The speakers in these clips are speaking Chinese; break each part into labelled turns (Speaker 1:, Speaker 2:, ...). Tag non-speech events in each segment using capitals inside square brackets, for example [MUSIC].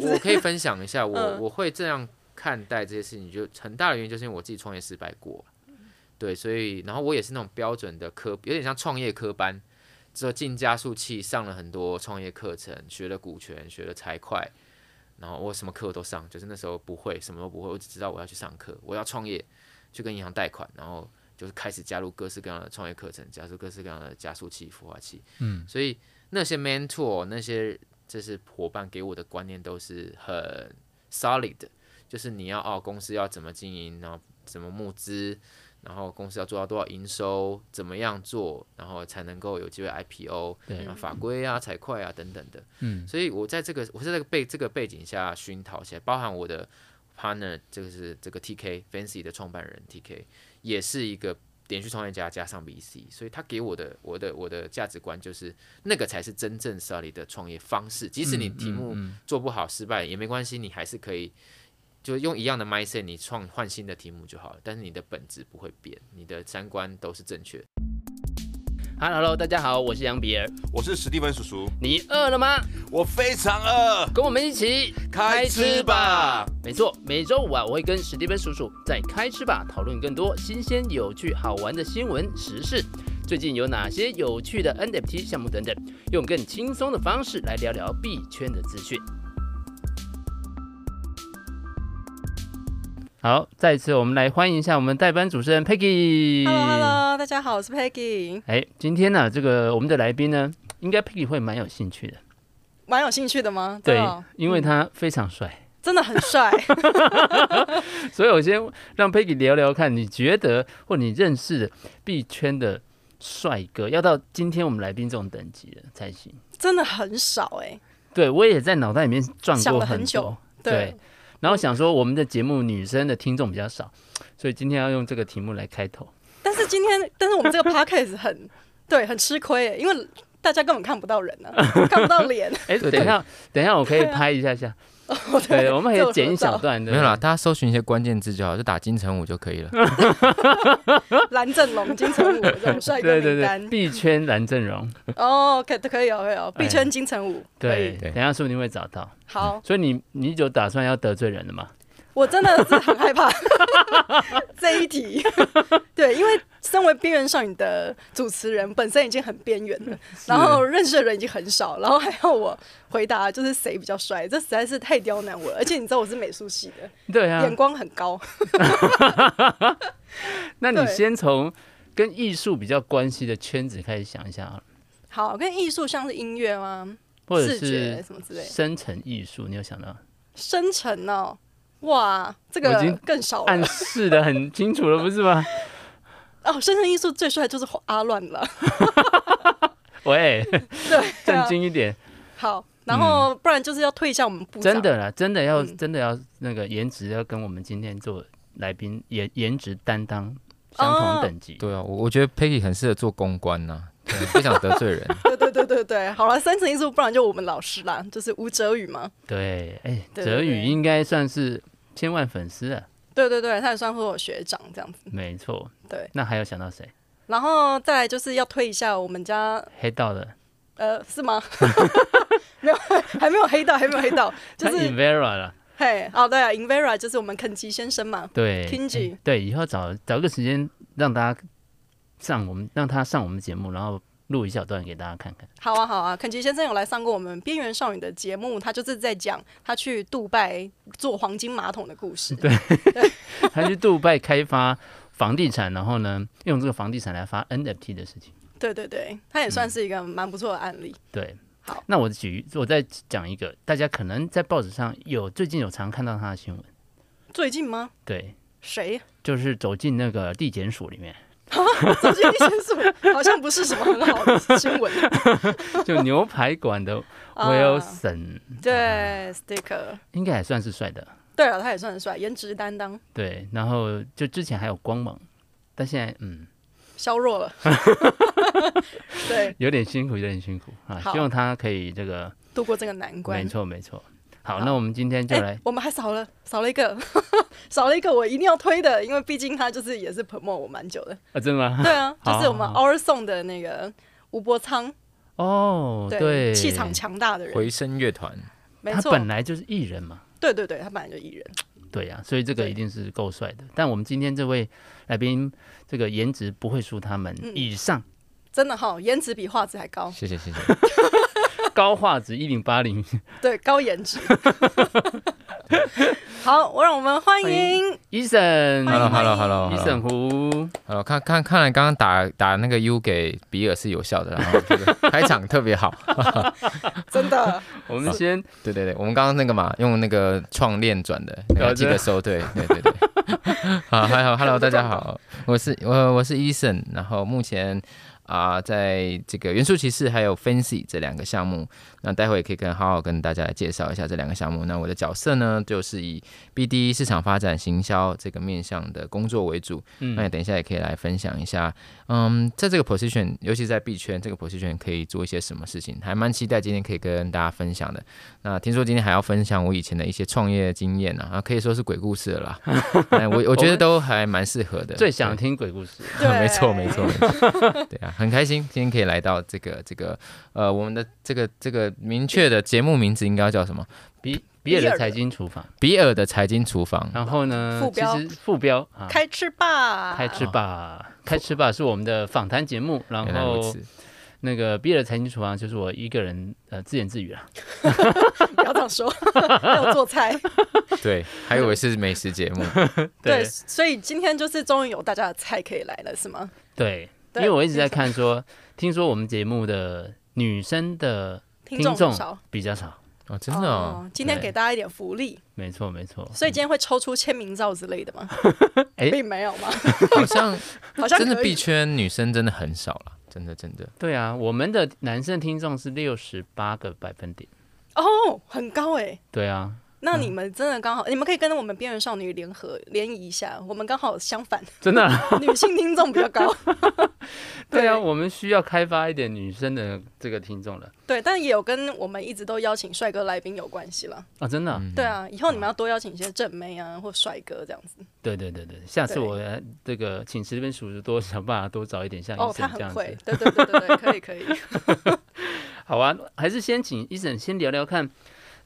Speaker 1: 子
Speaker 2: 我可以分享一下，我、
Speaker 1: 嗯
Speaker 2: 我会这样看待这些事情，就很大的原因就是因为我自己创业失败过，对，所以然后我也是那种标准的科，有点像创业科班，之后进加速器上了很多创业课程，学了股权，学了财会，然后我什么课都上，就是那时候不会，什么都不会，我只知道我要去上课，我要创业，去跟银行贷款，然后就是开始加入各式各样的创业课程，加入各式各样的加速器、孵化器，嗯，所以那些 mentor 那些就是伙伴给我的观念都是很 solid，的就是你要哦公司要怎么经营，然后怎么募资，然后公司要做到多少营收，怎么样做，然后才能够有机会 IPO，
Speaker 3: 对
Speaker 2: 然后法规啊、财会啊等等的，
Speaker 3: 嗯，
Speaker 2: 所以我在这个我是在这个背这个背景下熏陶起来，包含我的 partner 就是这个 TK Fancy 的创办人 TK，也是一个连续创业家加上 VC，所以他给我的我的我的价值观就是那个才是真正 solid 的创业方式。即使你题目
Speaker 3: 嗯
Speaker 2: 做不好、失败也没关系，你还是可以就用一样的 mindset，你创换新的题目就好了。但是你的本质不会变，你的三观都是正确的。
Speaker 3: 哈 Hello，大家好，我是杨比尔，
Speaker 4: 我是史蒂芬叔叔，
Speaker 3: 你饿了吗？
Speaker 4: 我非常饿。
Speaker 3: 跟我们一起
Speaker 4: 开吃吧！
Speaker 3: 没错，每周五啊，我会跟史蒂芬叔叔在《开吃吧》讨论更多新鲜、有趣、好玩的新闻时事，最近有哪些有趣的 NFT 项目等等，用更轻松的方式来聊聊币圈的资讯。好，再一次我们来欢迎一下我们代班主持人 Peggy。
Speaker 1: Hello Hello，大家好，我是 Peggy，
Speaker 3: 哎，今天呢、这个我们的来宾呢，应该 Peggy 会蛮有兴趣的，
Speaker 1: 蛮有兴趣的吗？
Speaker 3: 对
Speaker 1: 真的哦，
Speaker 3: 因为他非常帅。 [LAUGHS]
Speaker 1: 真的很帅。 [LAUGHS]
Speaker 3: 所以我先让 Peggy 聊聊看，你觉得或你认识的币圈的帅哥，要到今天我们来宾这种等级的才行。
Speaker 1: 真的很少哎、
Speaker 3: 对我也在脑袋里面转
Speaker 1: 想
Speaker 3: 过
Speaker 1: 了很久
Speaker 3: 多，
Speaker 1: 对
Speaker 3: 对然后想说我们的节目女生的听众比较少，所以今天要用这个题目来开
Speaker 1: [LAUGHS]
Speaker 3: 头。
Speaker 1: 但是今天，但是我们这个 podcast 很对，很吃亏、欸，因为大家根本看不到
Speaker 3: [LAUGHS]
Speaker 1: 人呢、啊，看不到脸。
Speaker 3: 哎，
Speaker 2: 对
Speaker 3: 等一下，等一下，我可以拍一下
Speaker 1: [LAUGHS]
Speaker 3: 下。对，我们可
Speaker 1: 这我
Speaker 3: 以剪一
Speaker 1: 知道
Speaker 3: 小段的。
Speaker 2: 没有啦，，大家搜寻一些关键字就好，就打金城武就可以了。
Speaker 1: 蓝正龙、金城武这种帅哥
Speaker 3: 对对
Speaker 1: 名
Speaker 3: 对，
Speaker 1: 单。
Speaker 3: 币圈蓝阵容。
Speaker 1: 哦，可可以哦，可以哦，币圈金城武。可
Speaker 3: 对，
Speaker 1: 以
Speaker 2: 对
Speaker 3: 等一下说不定会找到。
Speaker 1: 好，
Speaker 3: 所以你你就打算要得罪人了嘛？
Speaker 1: 我真的是很
Speaker 3: [LAUGHS]
Speaker 1: 害怕这一题。对，因为身为边缘少女的主持人，本身已经很边缘了，然后认识的人已经很少，然后还要我回答就是谁比较帅，这实在是太刁难我
Speaker 3: [LAUGHS]
Speaker 1: 了。而且你知道我是美术系的，
Speaker 3: 对啊，
Speaker 1: 眼光很高。
Speaker 3: 那你
Speaker 1: 对
Speaker 3: 先从跟艺术比较关系的圈子开始想一下好了，
Speaker 1: 好，跟艺术像是音乐吗？
Speaker 3: 或者
Speaker 1: 视觉
Speaker 3: 是
Speaker 1: 什么之类的，
Speaker 3: 深层艺术，你有想到？ [LAUGHS]
Speaker 1: 深沉哦，哇，这
Speaker 3: 我已经
Speaker 1: 个更少
Speaker 3: 暗
Speaker 1: 了。
Speaker 3: 示的很清楚了，不是吗？ [LAUGHS]
Speaker 1: 哦，深沉艺术最帅就是阿乱了，
Speaker 3: 喂，
Speaker 1: [LAUGHS] 对，啊
Speaker 3: 正经一点，
Speaker 1: 好，然后不然就是要退一下我们部长。
Speaker 3: 嗯真的啦，真的要、
Speaker 1: 嗯
Speaker 3: 真的要那个颜值要跟我们今天做来宾颜颜值担当相同等级。
Speaker 1: 哦
Speaker 2: 对啊，我我觉得 Peggy 很适合做公关呐、对，不想得罪人。
Speaker 1: 对对对对对，好了，三层艺术，不然就我们老师啦，就是吴哲宇嘛。
Speaker 3: 对，哎、
Speaker 1: 对对
Speaker 3: 哲宇
Speaker 1: 对
Speaker 3: 应该算是千万粉丝了，
Speaker 1: 对对对，他也算是我学长这样子。
Speaker 3: 没错。
Speaker 1: 对，
Speaker 3: 那还有想到谁？
Speaker 1: 然后再来就是要推一下我们家，
Speaker 3: 黑道的，
Speaker 1: 呃，是 [LAUGHS] 吗？没有，还没有黑到，还没有黑到，就
Speaker 3: 那
Speaker 1: 是
Speaker 3: Invera 了，
Speaker 1: 嘿，哦对啊，Invera 就是我们肯吉先生嘛。
Speaker 3: 对
Speaker 1: Kinji
Speaker 3: 哎对，以后找找个时间让大家上我们让他上我们节目，然后录一小段给大家看
Speaker 1: [LAUGHS]
Speaker 3: 看。
Speaker 1: 好啊，好啊，肯吉先生有来上过我们《边缘少女》的节目，他就是在讲他去杜拜做黄金马桶的故事。对
Speaker 3: 他去杜拜开发房地产，然后呢，用这个房地产来发 NFT 的事情。
Speaker 1: 对对他也算是一个蛮不错的案例。
Speaker 3: 对，
Speaker 1: 好，
Speaker 3: 那我举我再讲一个，大家可能在报纸上有最近有常看到他的新闻，
Speaker 1: 最近吗？
Speaker 3: 对，
Speaker 1: 谁？
Speaker 3: 就是走进那个地检署里面，
Speaker 1: 走进地检署好像不是什么很好的新
Speaker 3: [LAUGHS]
Speaker 1: 闻。
Speaker 3: 就牛排馆的
Speaker 1: 啊
Speaker 3: Wilson，、
Speaker 1: 对，Sticker。
Speaker 3: 应该还算是帅的，
Speaker 1: 对啊了，他也算很帅，颜值担当，
Speaker 3: 对，然后就之前还有光芒，但现在嗯。
Speaker 1: 削
Speaker 3: [LAUGHS]
Speaker 1: 弱了。对，
Speaker 3: 有点辛苦，有点辛苦啊！
Speaker 1: 好
Speaker 3: 希望他可以这个，
Speaker 1: 度过这个难关。
Speaker 3: 没错没错。好，
Speaker 1: 好
Speaker 3: 那我们今天就
Speaker 1: 哎、
Speaker 3: 来，
Speaker 1: 我们还少了少了一个， [LAUGHS] 少了一个我一定要推的，因为毕竟他就是也是 promote 我蛮
Speaker 3: [LAUGHS]
Speaker 1: 久的。
Speaker 3: 啊，真
Speaker 1: [LAUGHS]
Speaker 3: 的吗？
Speaker 1: 对啊，
Speaker 3: 好
Speaker 1: 就是我们
Speaker 3: 好
Speaker 1: Our Song 的那个吴伯仓，
Speaker 3: 哦，
Speaker 1: 气场强大的人，
Speaker 2: 回声乐团，
Speaker 1: 没
Speaker 3: 他
Speaker 1: 错，
Speaker 3: 本来就是艺人嘛，
Speaker 1: 对对对，他本来就艺人，
Speaker 3: 对呀、所以这个
Speaker 1: 对
Speaker 3: 一定是够帅的。但我们今天这位来宾，这个颜值不会输他们
Speaker 1: 嗯
Speaker 3: 以上，
Speaker 1: 真的哈，颜值比画质还高，
Speaker 2: 谢谢谢谢，
Speaker 3: 高画质一零八
Speaker 1: [LAUGHS]
Speaker 3: 零，
Speaker 1: 对，高颜值。好，我让我们欢迎
Speaker 3: 伊森
Speaker 2: Hello Hello Hello
Speaker 3: 伊森胡，
Speaker 2: Hello，看看看来刚刚打打那个 U 给比尔是有效的，然后这个开场特别好。
Speaker 1: 真的，
Speaker 3: 我们先
Speaker 2: 对对对，我们刚刚那个嘛，用那个创链转的，那
Speaker 3: 了
Speaker 2: 个
Speaker 3: 解
Speaker 2: 记得收
Speaker 3: [LAUGHS]
Speaker 2: 对，对对对。好，还好，Hello，大家好，我是我我是 Eason，然后目前啊、在这个元素骑士还有 Fancy 这两个项目，那待会也可以跟好好跟大家来介绍一下这两个项目。那我的角色呢，就是以 BD 市场发展行销这个面向的工作为主。那
Speaker 3: 嗯
Speaker 2: 也等一下也可以来分享一下，嗯，在这个 position，尤其在币圈这个 position 可以做一些什么事情，还蛮期待今天可以跟大家分享的。那听说今天还要分享我以前的一些创业经验啊，啊可以说是鬼故事了
Speaker 3: [LAUGHS]
Speaker 2: 啦。哎我我觉得都还蛮适合的。
Speaker 3: 最想听鬼故事，
Speaker 2: 对。
Speaker 1: 对，
Speaker 2: 没错，没错，没 [LAUGHS] 错。对啊，很开心今天可以来到这个这个呃，我们的这个这个明确的节目名字应该要叫什么？
Speaker 3: 比比尔
Speaker 1: 比
Speaker 3: 的
Speaker 1: 尔
Speaker 3: 财经厨房，
Speaker 2: 比尔的财经厨房。
Speaker 3: 然后呢，
Speaker 1: 副
Speaker 3: 其
Speaker 1: 标
Speaker 3: 实副标啊，
Speaker 1: 开吃吧，
Speaker 3: 开吃
Speaker 1: 哦
Speaker 3: 吧，开吃吧是我们的访谈节目，然
Speaker 2: 原来如
Speaker 3: 后
Speaker 2: 此，
Speaker 3: 那个比尔的财经厨房就是我一个人呃自言自语啦，
Speaker 1: 不要这样说，还有做菜，
Speaker 2: 对，还以为是美食节目。
Speaker 1: 对，所以今天就是终于有大家的菜可以来了，是吗？
Speaker 3: 对，因
Speaker 1: 对
Speaker 3: 为我一直在看说，听说我们节目的女生的
Speaker 1: 听众
Speaker 3: 听众
Speaker 1: 很少，
Speaker 3: 比较少，
Speaker 2: 哦，真的哦，
Speaker 1: 今天给大家一点福利，
Speaker 3: 没错没错，
Speaker 1: 所以今天会抽出签名照之类的吗？
Speaker 3: 哎
Speaker 1: 并没有吗？
Speaker 2: 好像
Speaker 1: 好像
Speaker 2: 真的
Speaker 1: 可以
Speaker 2: 币圈女生真的很少了，真的真的。
Speaker 3: 对啊，我们的男生听众是六十八个百分点，
Speaker 1: 哦，很高哎、
Speaker 3: 对啊，
Speaker 1: 那你们真的刚好，你们可以跟我们边缘少女联合联谊一下，我们刚好相反， [LAUGHS]
Speaker 3: 真的啊，
Speaker 1: 女性听众比较高。
Speaker 3: 对啊，
Speaker 1: 对
Speaker 3: 我们需要开发一点女生的这个听众了
Speaker 1: 对，但也有跟我们一直都邀请帅哥来宾有关系了。
Speaker 3: 啊，真的啊，
Speaker 1: 对啊，以后你们要多邀请一些正妹啊或帅哥这样子。
Speaker 3: 对对对对，下次
Speaker 1: 对
Speaker 3: 我来这个请石边叔叔多想办法多找一点像
Speaker 1: 哦
Speaker 3: 医，
Speaker 1: 他
Speaker 3: 生这
Speaker 1: 很
Speaker 3: 样
Speaker 1: 会
Speaker 3: 子，，
Speaker 1: 对对对对对，可以
Speaker 3: [LAUGHS]
Speaker 1: 可以。
Speaker 3: 好啊，还是先请医生先聊聊看。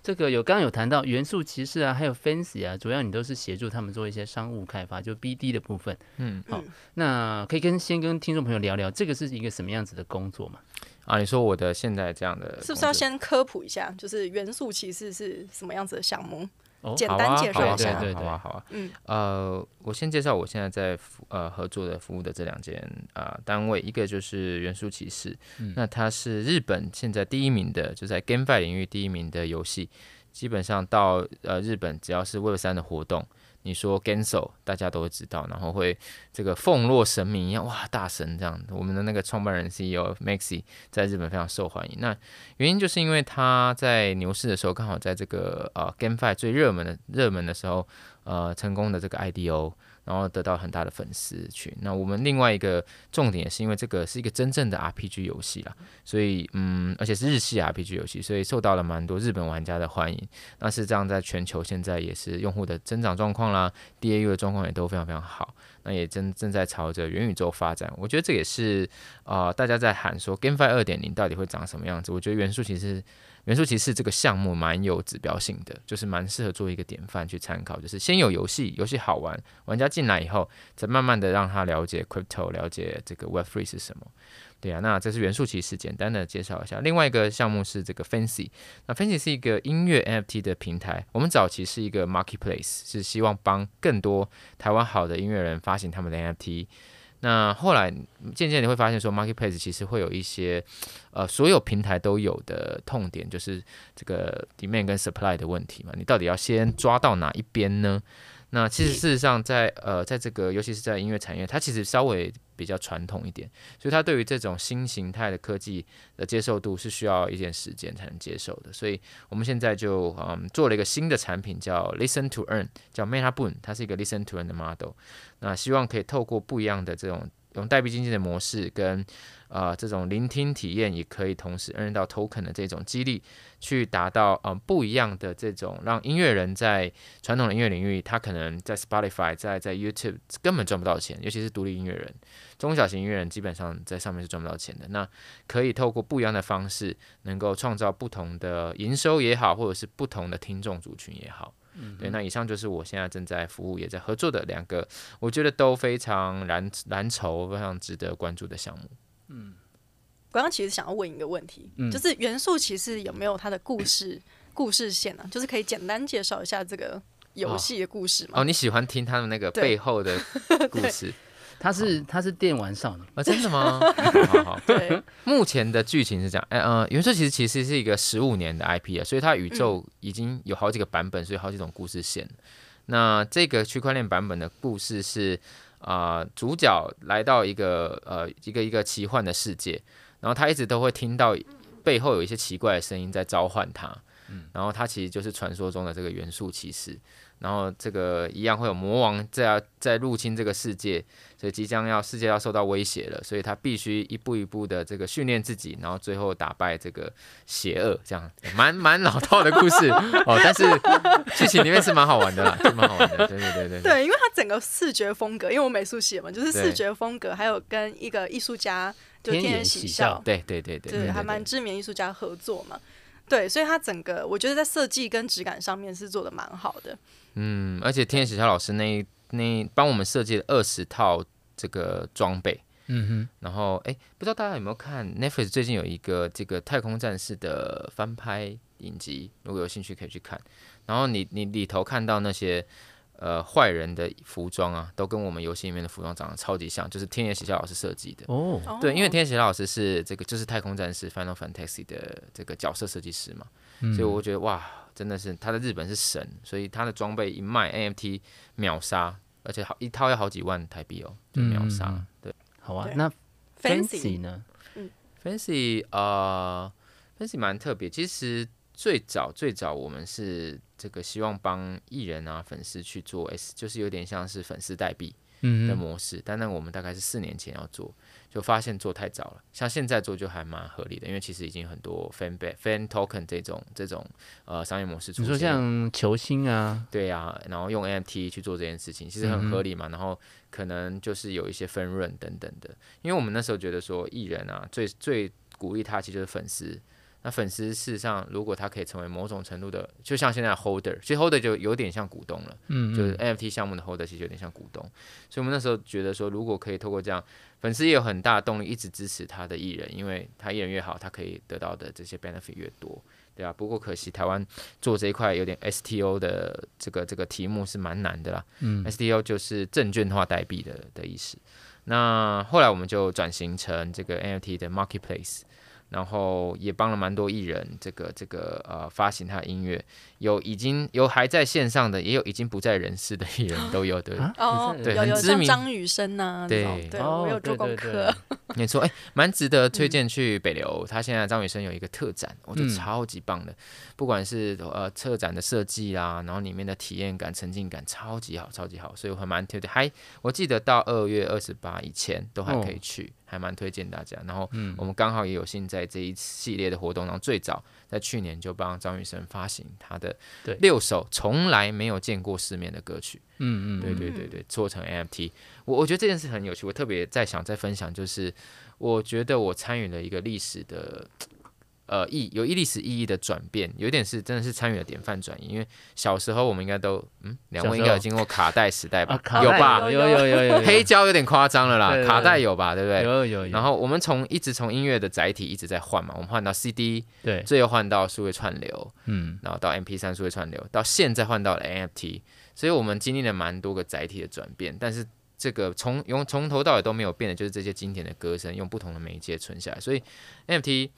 Speaker 3: 这个有刚刚有谈到元素骑士啊，还有 Fancy 啊，主要你都是协助他们做一些商务开发，就 BD 的部分。
Speaker 2: 嗯，
Speaker 3: 好
Speaker 1: 嗯，
Speaker 3: 那可以跟先跟听众朋友聊聊，这个是一个什么样子的工作嘛？
Speaker 2: 啊，你说我的现在这样的
Speaker 1: 是不是
Speaker 2: 工作
Speaker 1: 要先科普一下，就是元素骑士是什么样子的项目？
Speaker 3: 哦
Speaker 1: 简
Speaker 2: 好
Speaker 1: 单
Speaker 2: 啊
Speaker 1: 介
Speaker 2: 好啊好
Speaker 1: 绍一下。
Speaker 2: 啊
Speaker 3: 对对
Speaker 2: 好
Speaker 3: 对
Speaker 2: 啊，好啊。
Speaker 1: 嗯
Speaker 2: 呃，我先介绍我现在在服呃合作的服务的这两间啊、呃单位，一个就是元素骑士，
Speaker 3: 嗯
Speaker 2: 那它是日本现在第一名的，就在 GameFi 领域第一名的游戏。基本上到呃日本，只要是 Web 三的活动，你说 Gensel 大家都会知道，然后会这个奉若神明一样，哇，大神这样。我们的那个创办人 CEO Maxi 在日本非常受欢迎。那原因就是因为他在牛市的时候，刚好在这个呃 GameFi 最热门的热门的时候，呃，成功的这个 IDO，然后得到很大的粉丝群。那我们另外一个重点也是因为这个是一个真正的 RPG 游戏啦，所以嗯，而且是日系 RPG 游戏，所以受到了蛮多日本玩家的欢迎。那是这样，在全球现在也是用户的增长状况啦，DAU 的状况也都非常非常好。那也正正在朝着元宇宙发展，我觉得这也是呃大家在喊说 GameFi 二点零到底会长什么样子。我觉得元素其实元素骑士这个项目蛮有指标性的，就是蛮适合做一个典范去参考。就是先有游戏，游戏好玩，玩家进来以后，再慢慢的让他了解 crypto，了解这个 Web Three 是什么。对啊，那这是元素骑士，简单的介绍一下。另外一个项目是这个 Fancy，那 Fancy 是一个音乐 NFT 的平台。我们早期是一个 marketplace，是希望帮更多台湾好的音乐人发行他们的 NFT。那后来渐渐你会发现说，marketplace 其实会有一些，呃，所有平台都有的痛点，就是这个 demand 跟 supply 的问题嘛。你到底要先抓到哪一边呢？那其实事实上在，呃，在这个尤其是在音乐产业，它其实稍微比较传统一点，所以它对于这种新形态的科技的接受度是需要一点时间才能接受的。所以我们现在就嗯做了一个新的产品叫 Listen to Earn，叫 Meta Boon，它是一个 Listen to Earn 的 model。那希望可以透过不一样的这种用代币经济的模式跟呃这种聆听体验，也可以同时恩到 token 的这种激励，去达到嗯、呃不一样的这种让音乐人在传统的音乐领域，他可能在 Spotify 在在 YouTube 根本赚不到钱，尤其是独立音乐人、中小型音乐人基本上在上面是赚不到钱的。那可以透过不一样的方式，能够创造不同的营收也好，或者是不同的听众族群也好。对，那以上就是我现在正在服务也在合作的两个，我觉得都非常蓝蓝筹，非常值得关注的项目。
Speaker 1: 刚刚其实想要问一个问题，
Speaker 3: 嗯
Speaker 1: 就是元素其实有没有它的故事故事线呢、啊？就是可以简单介绍一下这个
Speaker 3: 啊
Speaker 1: 游戏的故事吗？
Speaker 2: 哦，你喜欢听他们那个
Speaker 1: 对
Speaker 2: 背后的故事
Speaker 3: 他是他是电玩少女，
Speaker 2: 啊？真的吗？好好好，
Speaker 1: 对，
Speaker 2: 目前的剧情是这样，哎呃，原作其实其实是一个十五年的 IP 啊，所以它宇宙已经有好几个版本，所以好几种故事线。那这个区块链版本的故事是，啊、主角来到一个呃一个一个奇幻的世界，然后他一直都会听到背后有一些奇怪的声音在召唤他，然后他其实就是传说中的这个元素骑士，然后这个一样会有魔王在在入侵这个世界，所以即将要世界要受到威胁了，所以他必须一步一步的这个训练自己，然后最后打败这个邪恶，这样蛮蛮老套的故事哦，但是剧情里面是蛮好玩的啦，是蛮好玩的，对对对对
Speaker 1: [LAUGHS] 对，因为它整个视觉风格，因为我美术系的嘛，就是
Speaker 2: 对
Speaker 1: 视觉风格，还有跟一个艺术家就
Speaker 3: 天
Speaker 1: 天
Speaker 3: 眼
Speaker 1: 喜
Speaker 3: 喜笑
Speaker 2: 对对对对
Speaker 1: 对，还蛮知名艺术家合作嘛。对，所以它整个我觉得在设计跟质感上面是做的蛮好的。
Speaker 2: 嗯，而且天野喜孝老师那一那一帮我们设计了二十套这个装备。
Speaker 3: 嗯
Speaker 2: 然后，哎，不知道大家有没有看 Netflix 最近有一个这个太空战士的翻拍影集，如果有兴趣可以去看。然后你你里头看到那些呃坏人的服装啊，都跟我们游戏里面的服装长得超级像，就是天野喜孝老师设计的。
Speaker 3: 哼，哦，
Speaker 2: 对，因为
Speaker 1: 哦
Speaker 2: 天野喜孝老师是这个就是太空战士 Final Fantasy 的这个角色设计师嘛，所以我觉得哇，真的是他在日本是神，所以他的装备一卖 AMT 秒杀，而且好一套要好几万台币哦，就秒杀。
Speaker 3: 嗯
Speaker 2: 对
Speaker 3: 好啊
Speaker 1: 对。
Speaker 3: 那
Speaker 1: fancy
Speaker 3: Fancy 呢？
Speaker 2: Fancy 呃，Fancy 蛮特别。其实最早最早我们是这个希望帮艺人啊粉丝去做 S，就是有点像是粉丝代币的
Speaker 3: 嗯哼，
Speaker 2: 模式。但那我们大概是四年前要做，就发现做太早了。像现在做就还蛮合理的，因为其实已经很多 fan ba- fan token 这种这种呃商业模式出
Speaker 3: 你说
Speaker 2: 现。
Speaker 3: 像球星啊，
Speaker 2: 对呀、然后用 NFT 去做这件事情，其实
Speaker 3: 嗯
Speaker 2: 很合理嘛。然后可能就是有一些分润等等的，因为我们那时候觉得说艺人啊，最最鼓励他其实就是粉丝。那粉丝事实上，如果他可以成为某种程度的，就像现在的 holder，其实 holder 就有点像股东了，
Speaker 3: 嗯
Speaker 2: 就是 NFT 项目的 holder 其实有点像股东。所以我们那时候觉得说，如果可以透过这样，粉丝也有很大的动力一直支持他的艺人，因为他艺人越好，他可以得到的这些 benefit 越多，对啊。不过可惜台湾做这一块有点 STO 的这个这个题目是蛮难的啦。
Speaker 3: 嗯
Speaker 2: STO 就是证券化代币的的意思。那后来我们就转型成这个 NFT 的 marketplace，然后也帮了蛮多艺人这个这个呃发行他的音乐，有已经有还在线上的，也有已经不在人世的艺人都有，对。
Speaker 3: 啊，
Speaker 1: 哦，
Speaker 3: 你
Speaker 2: 对
Speaker 3: 在
Speaker 1: 有
Speaker 2: 很
Speaker 1: 有
Speaker 2: 知
Speaker 1: 像
Speaker 2: 名
Speaker 1: 张雨生呐、这种
Speaker 2: 对
Speaker 1: 对，
Speaker 3: 哦
Speaker 1: 我有
Speaker 3: 对对
Speaker 1: 做功
Speaker 3: 对
Speaker 1: 课。
Speaker 2: [LAUGHS] 没错，哎、蛮值得推荐去北流。他现在张雨生有一个特展，我觉得
Speaker 3: 嗯
Speaker 2: 超级棒的，不管是呃策展的设计啦，然后里面的体验感、沉浸感超级好，超级好，所以我还蛮推荐。还我记得到二月二十八以前都还
Speaker 3: 哦
Speaker 2: 可以去，还蛮推荐大家。然后
Speaker 3: 嗯
Speaker 2: 我们刚好也有幸在这一系列的活动，然后最早在去年就帮张雨生发行他的
Speaker 3: 对
Speaker 2: 六首从来没有见过世面的歌曲。
Speaker 3: 嗯嗯，
Speaker 2: 对对对对，做成 NFT。我我觉得这件事很有趣，我特别在想再分享，就是我觉得我参与了一个历史的。呃，意有一历史意义的转变，有点是真的是参与了典范转移。因为小时候我们应该都，嗯，两
Speaker 3: 小
Speaker 2: 位
Speaker 3: 时
Speaker 2: 应该有
Speaker 3: 候
Speaker 2: 经过卡带时代吧？
Speaker 3: 啊，卡
Speaker 2: 有
Speaker 3: 带
Speaker 2: 吧？
Speaker 3: 有有有有
Speaker 2: [LAUGHS] 黑胶有点夸张了
Speaker 3: 对
Speaker 2: 啦，
Speaker 3: 对
Speaker 2: 卡带
Speaker 3: 对
Speaker 2: 有吧？对不
Speaker 3: 有
Speaker 2: 对？
Speaker 3: 有有，
Speaker 2: 然后我们从一直从音乐的载体一直在换嘛，我们换到 CD，
Speaker 3: 对，
Speaker 2: 最后换到数位串流，
Speaker 3: 嗯
Speaker 2: 然后到 MP 3数位串流，到现在换到了 NFT，所以我们经历了蛮多个载体的转变，但是这个从用从头到尾都没有变的，就是这些经典的歌声用不同的媒介存下来。所以 NFT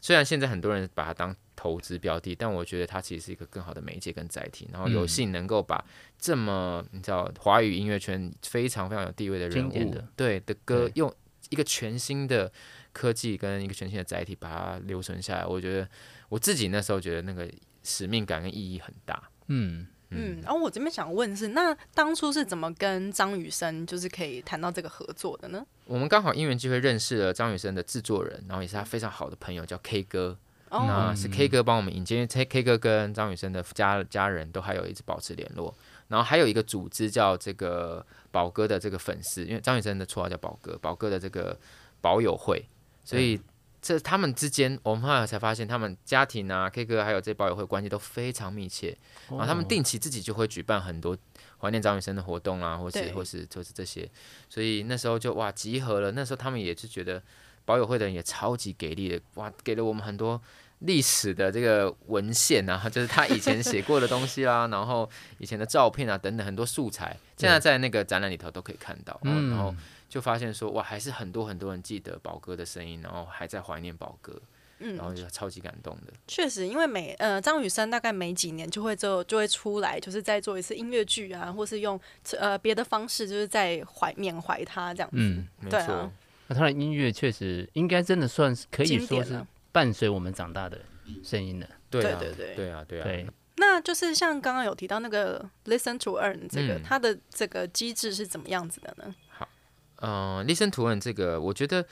Speaker 2: 虽然现在很多人把它当投资标的，但我觉得它其实是一个更好的媒介跟载体。然后有
Speaker 3: 嗯
Speaker 2: 幸能够把这么你知道华语音乐圈非常非常有地位的人
Speaker 3: 经典
Speaker 2: 物
Speaker 3: 的
Speaker 2: 对的歌
Speaker 3: 对，
Speaker 2: 用一个全新的科技跟一个全新的载体把它留存下来，我觉得我自己那时候觉得那个使命感跟意义很大。
Speaker 3: 嗯，
Speaker 1: 嗯，然后我这边想问是，那当初是怎么跟张雨生就是可以谈到这个合作的呢？
Speaker 2: 我们刚好因缘机会认识了张雨生的制作人，然后也是他非常好的朋友，叫 K 哥。
Speaker 1: 哦，
Speaker 2: 那是 K 哥帮我们引荐，因为 K K 哥跟张雨生的家家人都还有一直保持联络。然后还有一个组织叫这个宝哥的这个粉丝，因为张雨生的绰号叫宝哥，宝哥的这个保友会，所以这他们之间，我们后来才发现，他们家庭啊，K 哥还有这保友会关系都非常密切。然后他们定期自己就会举办很多怀念张雨生的活动啊，或是
Speaker 1: 对
Speaker 2: 或是就是这些，所以那时候就哇集合了。那时候他们也是觉得保友会的人也超级给力的，哇，给了我们很多历史的这个文献啊， [LAUGHS] 就是他以前写过的东西啦、然后以前的照片啊等等很多素材，现在在那个展览里头都可以看到。嗯，然后就发现说哇，还是很多很多人记得宝哥的声音，然后还在怀念宝哥，
Speaker 1: 嗯
Speaker 2: 然后就超级感动的。
Speaker 1: 确实，因为每呃张雨生大概每几年就会就就会出来，就是再做一次音乐剧啊，或是用呃别的方式，就是在怀缅怀他这样子。
Speaker 3: 嗯，
Speaker 2: 没
Speaker 1: 对啊
Speaker 2: 错，
Speaker 3: 那他的音乐确实应该真的算是可以
Speaker 1: 经
Speaker 3: 说
Speaker 1: 典啊
Speaker 3: 是
Speaker 1: 了
Speaker 3: 伴随我们长大的声音了。
Speaker 2: 对啊，
Speaker 1: 对对对
Speaker 2: 对啊，对啊，
Speaker 3: 对，
Speaker 1: 那就是像刚刚有提到那个 listen to earn 这个，
Speaker 2: 嗯
Speaker 1: 它的这个机制是怎么样子的呢？
Speaker 2: 嗯，Listen to Earn 这个，我觉得，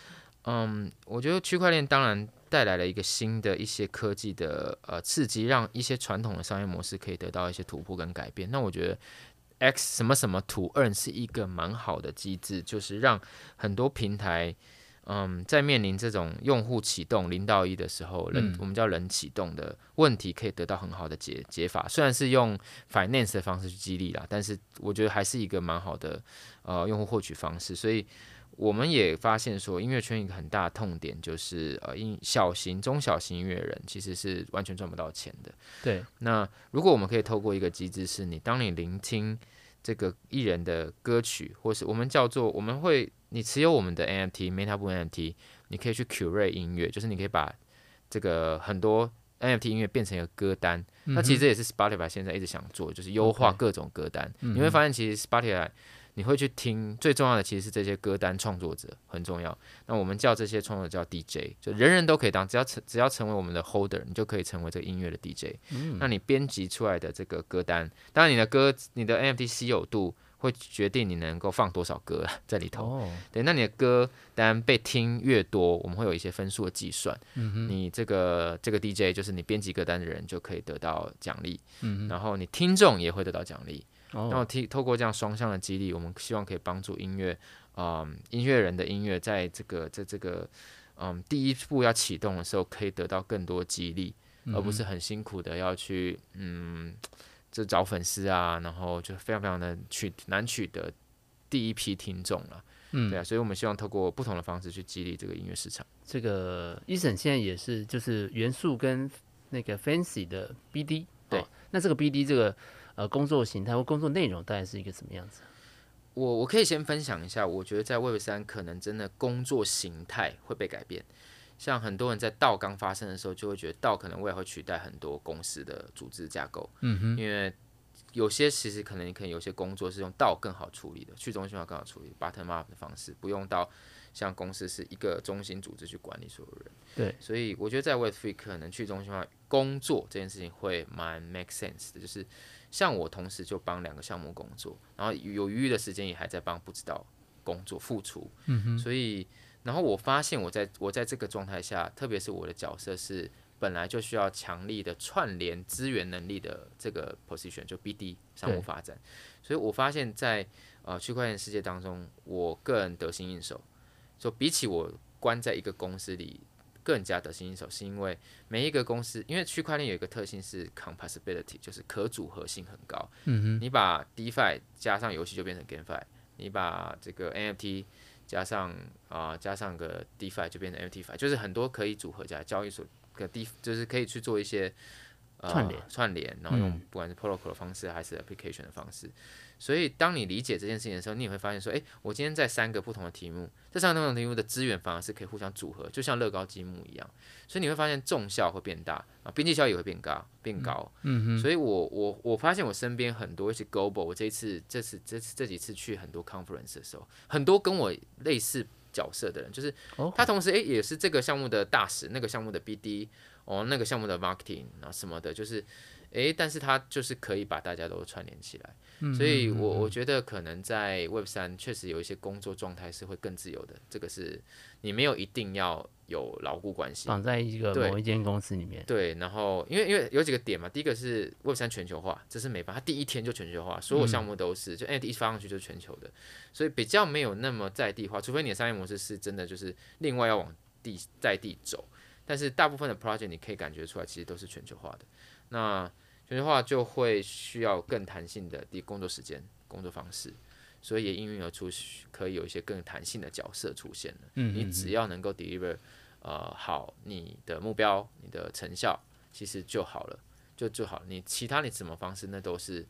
Speaker 2: 嗯，我觉得区块链当然带来了一个新的一些科技的呃刺激，让一些传统的商业模式可以得到一些突破跟改变。那我觉得 X 什么什么 to Earn 是一个蛮好的机制，就是让很多平台。嗯，在面临这种用户启动零到一的时候，人、
Speaker 3: 嗯
Speaker 2: 我们叫人启动的问题，可以得到很好的解解法。虽然是用 finance 的方式去激励啦，但是我觉得还是一个蛮好的呃用户获取方式。所以我们也发现说，音乐圈一个很大的痛点就是呃，音小型、中小型音乐人其实是完全赚不到钱的。
Speaker 3: 对，
Speaker 2: 那如果我们可以透过一个机制，是你当你聆听这个艺人的歌曲，或是我们叫做我们会，你持有我们的 NFT、Meta 部 NFT，你可以去 curate 音乐，就是你可以把这个很多 NFT 音乐变成一个歌单。
Speaker 1: 嗯
Speaker 2: 那其实这也是 Spotify 现在一直想做，就是优化
Speaker 3: 嗯 OK 嗯
Speaker 2: 各种歌单。你会发现，其实 Spotify 你会去听，最重要的其实是这些歌单创作者很重要。那我们叫这些创作者叫 DJ，就人人都可以当，只要成只要成为我们的 holder，你就可以成为这个音乐的 DJ。那
Speaker 3: 嗯
Speaker 2: 你编辑出来的这个歌单，当然你的歌、你的 NFT 稀有度会决定你能够放多少歌在里头。
Speaker 3: 哦，
Speaker 2: 对，那你的歌单被听越多，我们会有一些分数的计算。你这个这个 DJ 就是你编辑歌单的人就可以得到奖励，然后你听众也会得到奖励。
Speaker 3: 哦
Speaker 2: 然后听透过这样双向的激励，我们希望可以帮助音乐，嗯，音乐人的音乐在这个在这个嗯第一步要启动的时候，可以得到更多激励，而不是
Speaker 3: 嗯
Speaker 2: 很辛苦的要去嗯就找粉丝啊，然后就非常非常的取难取得第一批听众了。
Speaker 3: 嗯
Speaker 2: 对啊，所以我们希望透过不同的方式去激励这个音乐市场。
Speaker 3: 这个伊森现在也是就是元素跟那个 Fancy 的 BD，哦
Speaker 2: 对
Speaker 3: 那这个 BD 这个呃工作形态或工作内容大概是一个什么样子？啊
Speaker 2: 我我可以先分享一下，我觉得在 Web 三可能真的工作形态会被改变。像很多人在道刚发生的时候，就会觉得道可能未来会取代很多公司的组织架构，嗯哼，因为有些其实可能可能有些工作是用道更好处理的，去中心化更好处理，bottom up 的方式，不用到像公司是一个中心组织去管理所有人。
Speaker 3: 对，
Speaker 2: 所以我觉得在 Web Three 可能去中心化工作这件事情会蛮 make sense 的，就是像我同时就帮两个项目工作，然后有余裕的时间也还在帮不知道工作付出，嗯、所以然后我发现我在我在这个状态下，特别是我的角色是本来就需要强力的串联资源能力的这个 position，就 BD 商务
Speaker 3: 对
Speaker 2: 发展，所以我发现在呃区块链世界当中，我更得心应手，就比起我关在一个公司里。更加得心应手，是因为每一个公司，因为区块链有一个特性是 composability，就是可组合性很高。嗯哼，你把 DeFi 加上游戏就变成 GameFi，你把这个 NFT 加上啊、加上个 DeFi 就变成 MTFi，就是很多可以组合起来交易所个 D 就是可以去做一些、呃、
Speaker 3: 串联
Speaker 2: 串联，然后用
Speaker 3: 嗯
Speaker 2: 不管是 protocol 的方式还是 application 的方式。所以当你理解这件事情的时候，你也会发现说，诶，我今天在三个不同的题目，这三个不同的题目的资源反而是可以互相组合，就像乐高积木一样。所以你会发现重效会变大啊，边际效益也会变高变高。嗯所以我我我发现我身边很多一些 global，我这一次这次这次这几次去很多 conference 的时候，很多跟我类似角色的人，就是
Speaker 3: 哦
Speaker 2: 他同时诶、也是这个项目的大使，那个项目的 BD，哦那个项目的 marketing 啊什么的，就是诶、诶，但是它就是可以把大家都串联起来。
Speaker 3: 嗯
Speaker 2: 所以
Speaker 3: 嗯
Speaker 2: 我
Speaker 3: 嗯
Speaker 2: 我觉得可能在 Web 三确实有一些工作状态是会更自由的，这个是你没有一定要有牢固关系。
Speaker 3: 绑在一个
Speaker 2: 对
Speaker 3: 某一间公司里面，
Speaker 2: 对，然后因为因为有几个点嘛，第一个是 Web 三全球化，这是没办法，它第一天就全球化，
Speaker 3: 嗯
Speaker 2: 所有项目都是、就 NFT 发上去就是全球的，所以比较没有那么在地化，除非你的商业模式是真的就是另外要往地在地走，但是大部分的 project 你可以感觉出来其实都是全球化的，那全球化就会需要更弹性的第一工作时间、工作方式。所以也应运而出，可以有一些更弹性的角色出现了。
Speaker 3: 嗯
Speaker 2: 你只要能够 deliver 呃好你的目标、你的成效，其实就好了，就就好了。你其他你怎么方式，那都是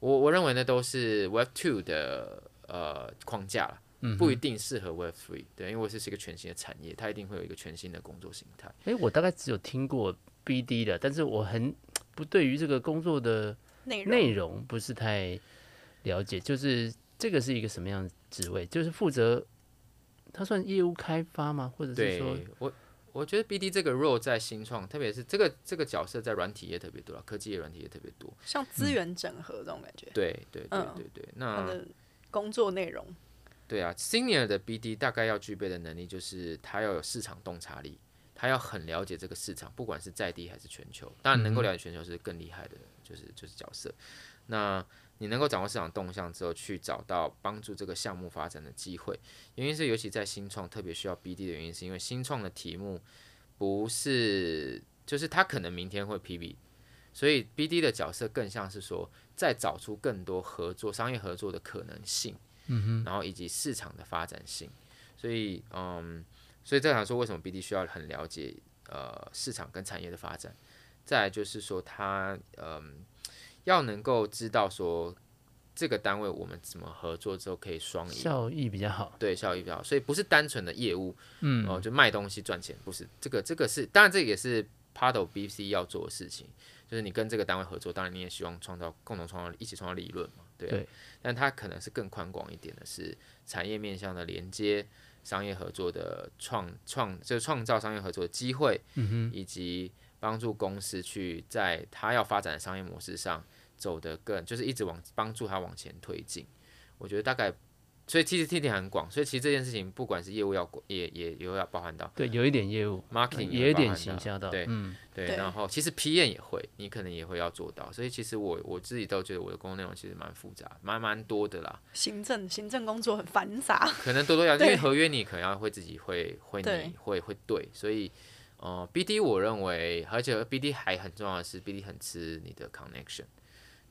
Speaker 2: 我我认为那都是 Web Two 的呃框架了。
Speaker 3: 嗯
Speaker 2: 不一定适合 Web Three，对，因为这是一个全新的产业，它一定会有一个全新的工作形态。
Speaker 3: 哎、我大概只有听过 BD 的，但是我很不对于这个工作的
Speaker 1: 内容
Speaker 3: 内容不是太了解，就是这个是一个什么样的职位？就是负责，它算业务开发吗？或者是
Speaker 2: 对
Speaker 3: 说，
Speaker 2: 我，我觉得 BD 这个 role 在新创，特别是这个这个角色在软体业特别多了，科技业软体业特别多。
Speaker 1: 像
Speaker 3: 嗯
Speaker 1: 资源整合这种感觉，
Speaker 2: 对对对
Speaker 1: 嗯
Speaker 2: 对对，
Speaker 1: 他
Speaker 3: 啊
Speaker 2: 那
Speaker 1: 的工作内容
Speaker 2: 对啊，senior 的 BD 大概要具备的能力就是他要有市场洞察力，他要很了解这个市场，不管是在地还是全球。当然，能够了解全球是更厉害的，就是就是角色。那你能够掌握市场动向之后，去找到帮助这个项目发展的机会。原因是，尤其在新创特别需要 BD 的原因，是因为新创的题目不是，就是他可能明天会 PB，所以 BD 的角色更像是说，再找出更多合作、商业合作的可能性。然后以及市场的发展性。所以，嗯，所以这想说，为什么 BD 需要很了解呃市场跟产业的发展？再来就是说他，嗯，要能够知道说这个单位我们怎么合作之后可以双赢。
Speaker 3: 效益比较好。
Speaker 2: 对效益比较好，所以不是单纯的业务，
Speaker 3: 嗯
Speaker 2: 哦、就卖东西赚钱，不是这个，这个是当然，这个也是 part of BC 要做的事情，就是你跟这个单位合作，当然你也希望创造共同创造一起创造利润嘛，对啊、
Speaker 3: 对
Speaker 2: 但它可能是更宽广一点的是产业面向的连接、商业合作的创创，就是创造商业合作的机会，嗯、以及帮助公司去在它要发展的商业模式上走得更，就是一直往帮助它往前推进。我觉得大概。所以其实 T T 很广，所以其实这件事情不管是业务要也也也要包含到
Speaker 3: 对，有一点业务
Speaker 2: marketing
Speaker 3: 呃也有
Speaker 2: 包含
Speaker 3: 点
Speaker 2: 到
Speaker 3: 行销的，
Speaker 2: 对
Speaker 3: 嗯，
Speaker 2: 对，
Speaker 1: 对
Speaker 2: 然后其实 P N 也会，你可能也会要做到，所以其实我我自己都觉得我的工作内容其实蛮复杂，蛮蛮多的啦，
Speaker 1: 行政行政工作很繁杂，
Speaker 2: 可能多多要，因
Speaker 1: 对
Speaker 2: 为合约你可能要会自己会会
Speaker 1: 对
Speaker 2: 你会会对，所以呃 B D 我认为，而且 B D 还很重要的是 B D 很吃你的 connection，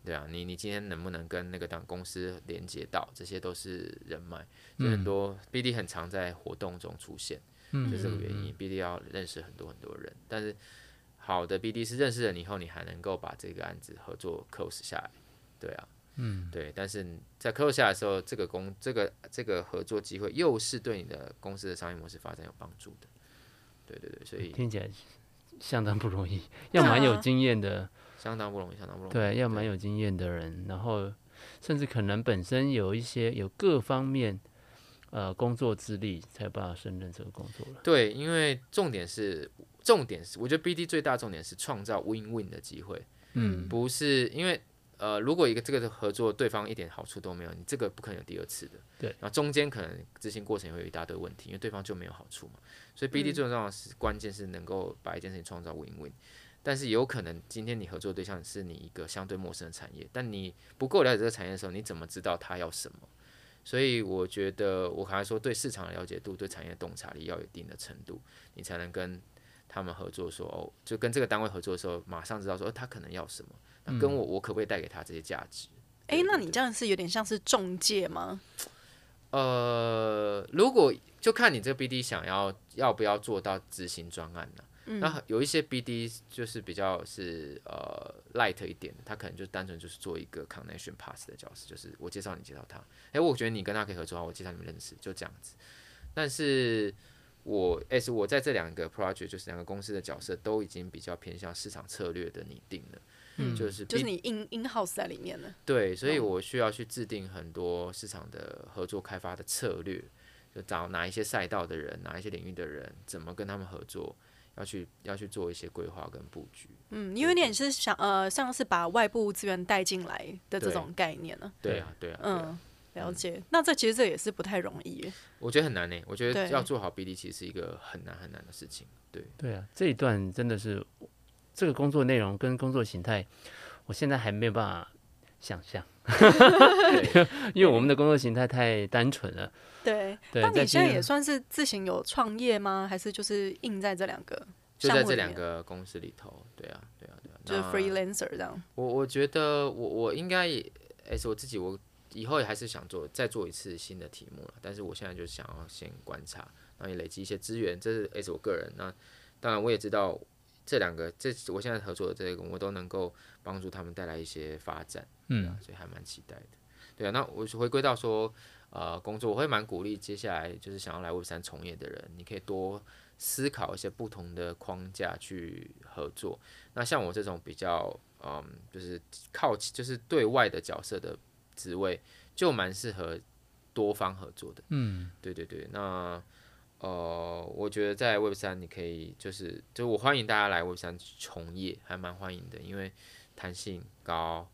Speaker 2: 对啊，你你今天能不能跟那个当公司连接到，这些都是人脉，就很多、B D 很常在活动中出现。
Speaker 3: 嗯
Speaker 2: 就这个原因，BD 要认识很多很多人，但是好的 BD 是认识了你以后，你还能够把这个案子合作 close 下来，对啊，嗯，对，但是在 close 下来的时候，这个公这个这个合作机会又是对你的公司的商业模式发展有帮助的，对对对，所以
Speaker 3: 听起来相当不容易，要蛮有
Speaker 1: 啊
Speaker 3: 经验的。
Speaker 2: 相当不容易，相当不容易，
Speaker 3: 对，要蛮有经验的人，然后甚至可能本身有一些有各方面呃工作资历，才有办法胜任这个工作了。
Speaker 2: 对，因为重点是重点是，我觉得 BD 最大重点是创造 win-win 的机会，
Speaker 3: 嗯，
Speaker 2: 不是因为呃，如果一个这个合作对方一点好处都没有，你这个不可能有第二次的。
Speaker 3: 对
Speaker 2: 然后中间可能执行过程也会有一大堆问题，因为对方就没有好处嘛。所以
Speaker 3: 嗯
Speaker 2: BD 最重要的是、关键是能够把一件事情创造 win win。但是有可能今天你合作对象是你一个相对陌生的产业，但你不够了解这个产业的时候，你怎么知道他要什么？所以我觉得我还说对市场的了解度、对产业的洞察力要有一定的程度，你才能跟他们合作说哦，就跟这个单位合作的时候，马上知道说、哦、他可能要什么。那跟我我可不可以带给他这些价值？
Speaker 1: 哎、那你这样是有点像是中介吗？
Speaker 2: 呃，如果就看你这个 BD 想要要不要做到执行专案呢、
Speaker 1: 嗯
Speaker 2: 那有一些 BD 就是比较是呃 light 一点的，他可能就单纯就是做一个 connection pass 的角色，就是我介绍你介绍他，哎、我觉得你跟他可以合作好，我介绍你们认识，就这样子。但是我 S 我在这两个 project 就是两个公司的角色都已经比较偏向市场策略的拟定了，
Speaker 1: 嗯
Speaker 2: 就是
Speaker 1: 就是
Speaker 2: BD
Speaker 1: 你 in in house 在里面呢？
Speaker 2: 对，所以
Speaker 1: 嗯
Speaker 2: 我需要去制定很多市场的合作开发的策略，就找哪一些赛道的人，哪一些领域的人，怎么跟他们合作，要去要去做一些规划跟布局。
Speaker 1: 嗯，因为你也是想呃，像是把外部资源带进来的这
Speaker 2: 对
Speaker 1: 种概念呢、
Speaker 2: 对啊，对啊，对啊
Speaker 1: 嗯，了解。那这其实这也是不太容易耶。
Speaker 2: 我觉得很难呢、我觉得
Speaker 1: 对
Speaker 2: 要做好 BD 其实是一个很难很难的事情。对，
Speaker 3: 对啊，这一段真的是这个工作内容跟工作形态，我现在还没有办法想象， [LAUGHS] 因为我们的工作形态太单纯了。
Speaker 1: 对，
Speaker 3: 对
Speaker 1: 那你
Speaker 3: 在
Speaker 1: 现在
Speaker 3: 进
Speaker 1: 也算是自行有创业吗？还是就是印在这两个
Speaker 2: 就
Speaker 1: 项
Speaker 2: 在
Speaker 1: 目
Speaker 2: 这
Speaker 1: 里
Speaker 2: 两
Speaker 1: 面
Speaker 2: 个公司里头，对啊，对啊，对啊。
Speaker 1: 就是
Speaker 2: 那
Speaker 1: freelancer 这样？
Speaker 2: 我我觉得我我应该也，哎、是我自己我以后也还是想做再做一次新的题目了，但是我现在就想要先观察，然后也累积一些资源，这是哎、是我个人。那当然我也知道这两个，这我现在合作的这个，我都能够帮助他们带来一些发展，对啊
Speaker 3: 嗯，
Speaker 2: 所以还蛮期待的。对啊，那我是回归到说，呃，工作我会蛮鼓励接下来就是想要来 Web 三从业的人，你可以多思考一些不同的框架去合作。那像我这种比较，嗯，就是靠就是对外的角色的职位，就蛮适合多方合作的。
Speaker 3: 嗯，
Speaker 2: 对对对，那呃，我觉得在 Web 三你可以就是就是我欢迎大家来 Web 三从业，还蛮欢迎的，因为弹性高，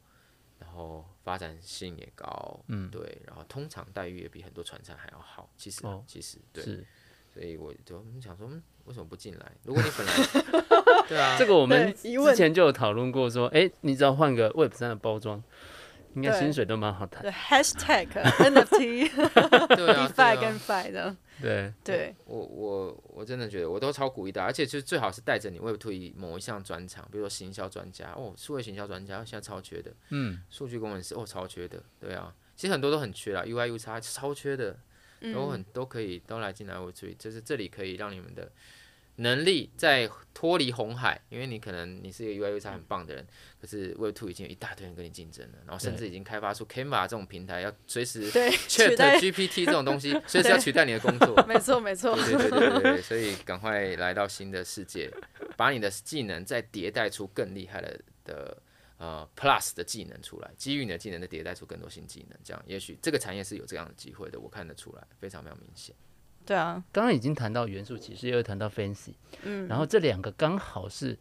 Speaker 2: 然后发展性也高，
Speaker 3: 嗯
Speaker 2: 对，然后通常待遇也比很多船厂还要好，其实、啊
Speaker 3: 哦
Speaker 2: 其实对，
Speaker 3: 是
Speaker 2: 所以我就嗯想说，嗯，为什么不进来？如果你
Speaker 3: [LAUGHS]
Speaker 2: 本来对啊，
Speaker 3: 这个我们
Speaker 1: 对疑问
Speaker 3: 之前就有讨论过，说，哎，你只要换个 Web 三的包装，应该
Speaker 1: 对
Speaker 3: 薪水都蛮好谈。
Speaker 1: 对，hashtag NFT
Speaker 2: 对 [LAUGHS] 啊，对啊
Speaker 1: DeFi 跟 Fi 的，
Speaker 3: 对，
Speaker 1: 对，
Speaker 2: 我我我真的觉得我都超鼓励大家，而且就是最好是带着你 Web Two 某一项专长，比如说行销专家哦，数位行销专家现在超缺的，
Speaker 3: 嗯，
Speaker 2: 数据工程师哦超缺的，对啊，其实很多都很缺啦，UI U 叉超缺的，都很、
Speaker 1: 嗯，
Speaker 2: 都可以都来进来 Web Two，就是这里可以让你们的能力在脱离红海，因为你可能你是一个 UI U 叉很棒的人，可是 Web Two 已经有一大堆人跟你竞争了，然后甚至已经开发出 Canva 这种平台，要随时
Speaker 1: 对，取
Speaker 2: Chat
Speaker 1: 代，
Speaker 2: GPT 这种东西，随时要取代你的工
Speaker 1: [LAUGHS]
Speaker 2: 作。
Speaker 1: 没错没
Speaker 2: [LAUGHS]
Speaker 1: 错，
Speaker 2: 对对对对对对，所以赶快来到新的世界，把你的技能再迭代出更厉害的的呃 Plus 的技能出来，基于你的技能再迭代出更多新技能，这样也许这个产业是有这样的机会的，我看得出来，非常非常明显。
Speaker 1: 对啊，
Speaker 3: 刚刚已经谈到元素骑士，也有谈到 Fancy，
Speaker 1: 嗯，
Speaker 3: 然后这两个刚好是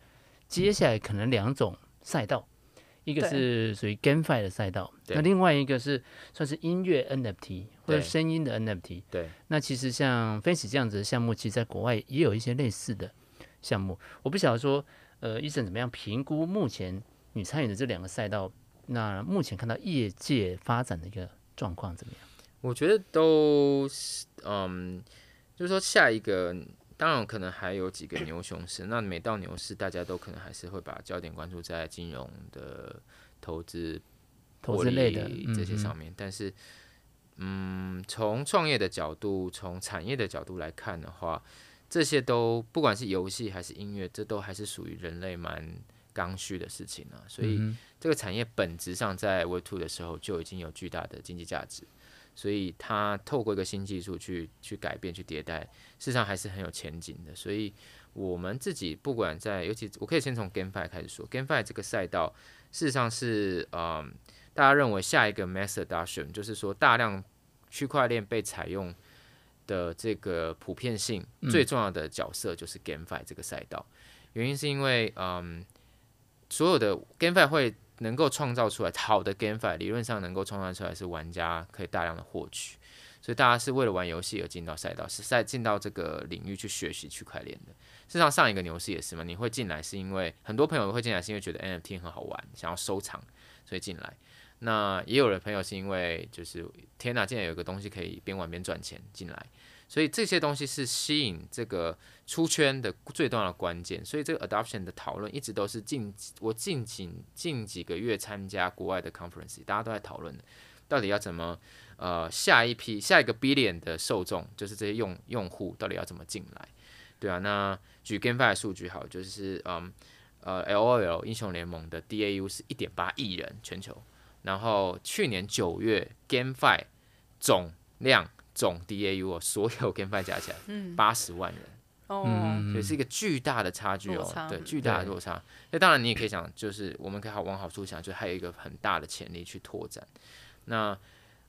Speaker 3: 接下来可能两种赛道，一个
Speaker 1: 对
Speaker 3: 是属于 GameFi 的赛道，
Speaker 2: 对
Speaker 3: 那另外一个是算是音乐 NFT 或者
Speaker 2: 对
Speaker 3: 声音的 NFT。
Speaker 2: 对，
Speaker 3: 那其实像 Fancy 这样子的项目，其实在国外也有一些类似的项目。我不晓得说，呃，医生怎么样评估目前你参与的这两个赛道？那目前看到业界发展的一个状况怎么样？
Speaker 2: 我觉得都是嗯，就是说下一个。当然，可能还有几个牛熊市。那每到牛市，大家都可能还是会把焦点关注在金融的投资
Speaker 3: 投
Speaker 2: 获
Speaker 3: 资
Speaker 2: 利
Speaker 3: 类的嗯
Speaker 2: 这些上
Speaker 3: 面，
Speaker 2: 面。但是，嗯，从创业的角度，从产业的角度来看的话，这些都不管是游戏还是音乐，这都还是属于人类蛮刚需的事情啊。所以，
Speaker 3: 嗯
Speaker 2: 这个产业本质上在 Web Two 的时候就已经有巨大的经济价值，所以它透过一个新技术去去改变、去迭代，事实上还是很有前景的。所以我们自己不管在，尤其我可以先从 GameFi 开始说，GameFi 这个赛道事实上是嗯，大家认为下一个 Mass Adoption 就是说大量区块链被采用的这个普遍性最重要的角色就是 GameFi 这个赛道，原因是因为嗯。所有的 GameFi 会能够创造出来好的 GameFi，理论上能够创造出来是玩家可以大量的获取，所以大家是为了玩游戏而进到赛道，是在进到这个领域去学习区块链的。事实上，上一个牛市也是嘛，你会进来是因为很多朋友会进来是因为觉得 NFT 很好玩，想要收藏，所以进来。那也有的朋友是因为就是天哪，竟然有一个东西可以边玩边赚钱进来，所以这些东西是吸引这个出圈的最重要的关键。所以这个 adoption 的讨论一直都是近我近几近几个月参加国外的 conference，大家都在讨论到底要怎么呃下一批下一个 billion 的受众，就是这些用用户到底要怎么进来？对啊，那举 GameFi 的数据好，就是嗯呃 LOL 英雄联盟的 DAU 是一点八亿人全球，然后去年九月 GameFi 总量总 DAU 哦，所有 GameFi 加起来
Speaker 1: 嗯，
Speaker 2: 八十万人。
Speaker 1: 哦，
Speaker 3: 嗯
Speaker 2: 所以是一个巨大的差距
Speaker 1: 落
Speaker 2: 哦
Speaker 1: 差，
Speaker 2: 对，
Speaker 1: 嗯
Speaker 2: 巨大的
Speaker 3: 对
Speaker 2: 落差。那当然你也可以想，就是我们可以好往好处想，就还有一个很大的潜力去拓展。那